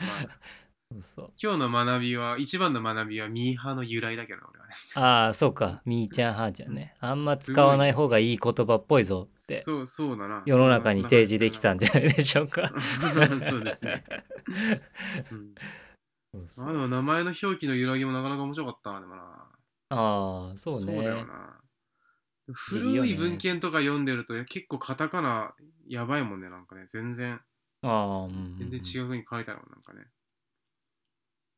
[SPEAKER 1] そうそう
[SPEAKER 2] 今日の学びは、一番の学びはミーハーの由来だけどな、俺はね。
[SPEAKER 1] ああそうかみーちゃんはーちゃんねあんま使わない方がいい言葉っぽいぞって
[SPEAKER 2] そう、そうだな。
[SPEAKER 1] 世の中に提示できたんじ
[SPEAKER 2] ゃ。
[SPEAKER 1] ゃないでしょうか
[SPEAKER 2] そうですね。うん
[SPEAKER 1] そうそう
[SPEAKER 2] あでも名前の表記の由来もなかなか面白かったな、でもな。
[SPEAKER 1] ああそう
[SPEAKER 2] だ
[SPEAKER 1] ね
[SPEAKER 2] よな。
[SPEAKER 1] いるよね
[SPEAKER 2] 古い文献とか読んでると、いや結構カタカナやばいもんね、なんかね。全然、
[SPEAKER 1] ああうん
[SPEAKER 2] 全然違う風に書いてあるもん、なんかね。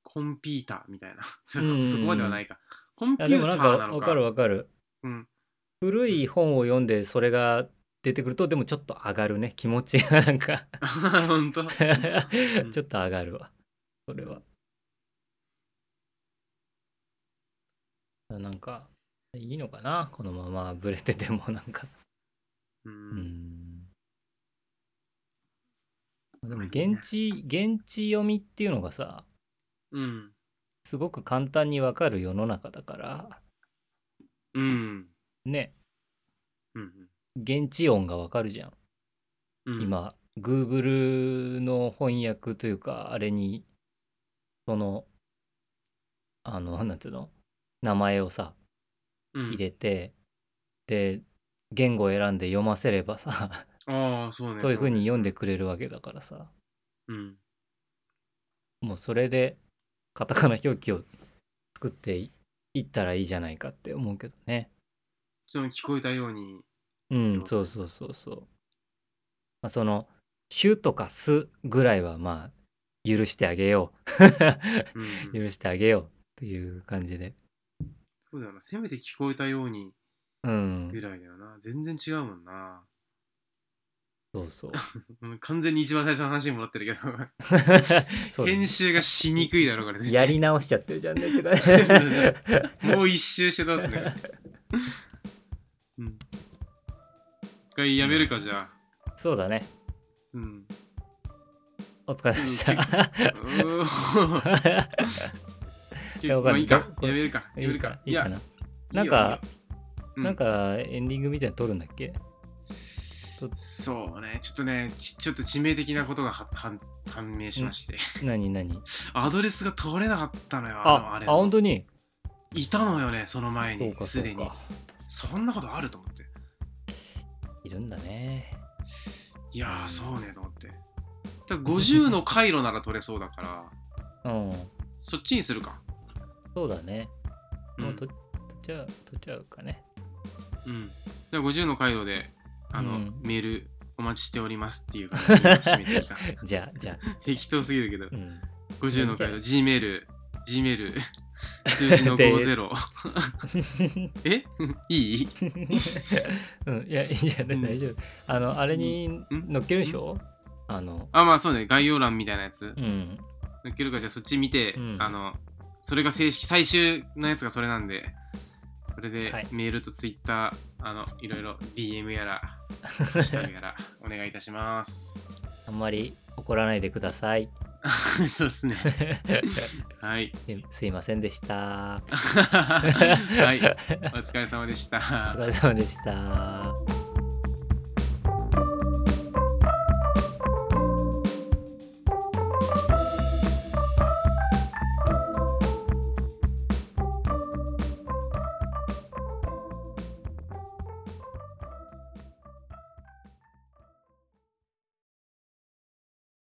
[SPEAKER 2] コンピーターみたいな。そ
[SPEAKER 1] う んうんうん
[SPEAKER 2] そこまではないか。コンピ
[SPEAKER 1] あ
[SPEAKER 2] ュ
[SPEAKER 1] で
[SPEAKER 2] ー
[SPEAKER 1] も
[SPEAKER 2] タ
[SPEAKER 1] な
[SPEAKER 2] ー
[SPEAKER 1] んか
[SPEAKER 2] なの
[SPEAKER 1] わ
[SPEAKER 2] か。
[SPEAKER 1] かるわかる
[SPEAKER 2] うん。
[SPEAKER 1] 古い本を読んでそれが出てくるとでもちょっと上がるね気持ちがなんか
[SPEAKER 2] 本 当ん
[SPEAKER 1] ちょっと上がるわそれはなんかいいのかなこのままブレててもなんか
[SPEAKER 2] う
[SPEAKER 1] うんんでも現地現地読みっていうのがさ
[SPEAKER 2] うん
[SPEAKER 1] すごく簡単にわかる世の中だから
[SPEAKER 2] うん
[SPEAKER 1] ね
[SPEAKER 2] うん
[SPEAKER 1] 現地音がわかるじゃん
[SPEAKER 2] うん
[SPEAKER 1] 今 Google の翻訳というかあれにそのあの なんていうの名前をさ入れて、で言語を選んで読ませればさ
[SPEAKER 2] ああそうね
[SPEAKER 1] そういう風に読んで
[SPEAKER 2] く
[SPEAKER 1] くれるわけだからさ
[SPEAKER 2] うん
[SPEAKER 1] もうそれでカタカナ表記を作っていいったらいいじゃないかって思うけどね
[SPEAKER 2] その聞こえたように
[SPEAKER 1] うんそうそうそうそう、まあ、その「種」とか「す」ぐらいはまあ許してあげよう
[SPEAKER 2] うんうん
[SPEAKER 1] 許してあげようっていう感じで。
[SPEAKER 2] そうだよなせめて聞こえたように
[SPEAKER 1] うん
[SPEAKER 2] ぐ。らいだよな全然違うもんな
[SPEAKER 1] そう そう。
[SPEAKER 2] うん完全に一番最初の話にもらってるけ
[SPEAKER 1] そう
[SPEAKER 2] ど編集がしにくいだろうからね
[SPEAKER 1] やり直しちゃってるじゃんねって 感じ
[SPEAKER 2] もう一周してたん すね。うん。一回やめるかじゃあ。
[SPEAKER 1] そうだね。
[SPEAKER 2] うん。
[SPEAKER 1] お疲れ様でした。
[SPEAKER 2] うんうー
[SPEAKER 1] やわかん
[SPEAKER 2] ま
[SPEAKER 1] な
[SPEAKER 2] あ
[SPEAKER 1] い
[SPEAKER 2] いいか。
[SPEAKER 1] こ
[SPEAKER 2] や
[SPEAKER 1] れ
[SPEAKER 2] めるか。
[SPEAKER 1] い
[SPEAKER 2] やめ
[SPEAKER 1] い
[SPEAKER 2] る
[SPEAKER 1] か
[SPEAKER 2] か。
[SPEAKER 1] いいかな。
[SPEAKER 2] いや。
[SPEAKER 1] なんか
[SPEAKER 2] いいよ、いいよ
[SPEAKER 1] なん、かエンディングみたいなの撮るんだっけ
[SPEAKER 2] うんそうね、ちょっとね、ちちょっと致命的なことがは判判明しまして、
[SPEAKER 1] 何何
[SPEAKER 2] アドレスが取れなかったのよ、
[SPEAKER 1] あ、あ
[SPEAKER 2] れ
[SPEAKER 1] 本当に
[SPEAKER 2] いたのよね、その前
[SPEAKER 1] そう
[SPEAKER 2] に、
[SPEAKER 1] かそ
[SPEAKER 2] す
[SPEAKER 1] う
[SPEAKER 2] でに
[SPEAKER 1] か。。
[SPEAKER 2] そんなことあると思って。
[SPEAKER 1] いるんだね。
[SPEAKER 2] いやー、そうね、と思って。だから50の回路なら取れそうだから、
[SPEAKER 1] うん。
[SPEAKER 2] そっちにす るか。
[SPEAKER 1] そうだね。
[SPEAKER 2] うん
[SPEAKER 1] もうと取っちゃう、取っちゃうかね。
[SPEAKER 2] うん。じゃあ50の回路で、あの、
[SPEAKER 1] うん
[SPEAKER 2] メールお待ちしておりますっていう感じで締めてい いか
[SPEAKER 1] じゃあ、じゃあ。
[SPEAKER 2] 適当すぎるけど
[SPEAKER 1] う、ん。
[SPEAKER 2] 50の回路、G メール、G メール、 数字の
[SPEAKER 1] です
[SPEAKER 2] 50。え いい
[SPEAKER 1] うん、いや、いいんじゃない、
[SPEAKER 2] うん
[SPEAKER 1] 大丈夫。あの、あれに
[SPEAKER 2] うん
[SPEAKER 1] 乗っけるでしょあの、
[SPEAKER 2] あ、まあそうね、概要欄みたいなやつ。
[SPEAKER 1] うん。
[SPEAKER 2] 載っけるか、じゃあそっち見て、
[SPEAKER 1] うん
[SPEAKER 2] あの、それが正式、最終のやつがそれなんで、それで
[SPEAKER 1] はい
[SPEAKER 2] メールとツイッター、あの、いろいろ DM やら、ハッシュタグや ら、お願いいたします。
[SPEAKER 1] あんまり怒らないでください。
[SPEAKER 2] そうっ すね。はい。
[SPEAKER 1] すいませんでした。
[SPEAKER 2] はい、お疲れ様でした
[SPEAKER 1] お。疲れ様でした。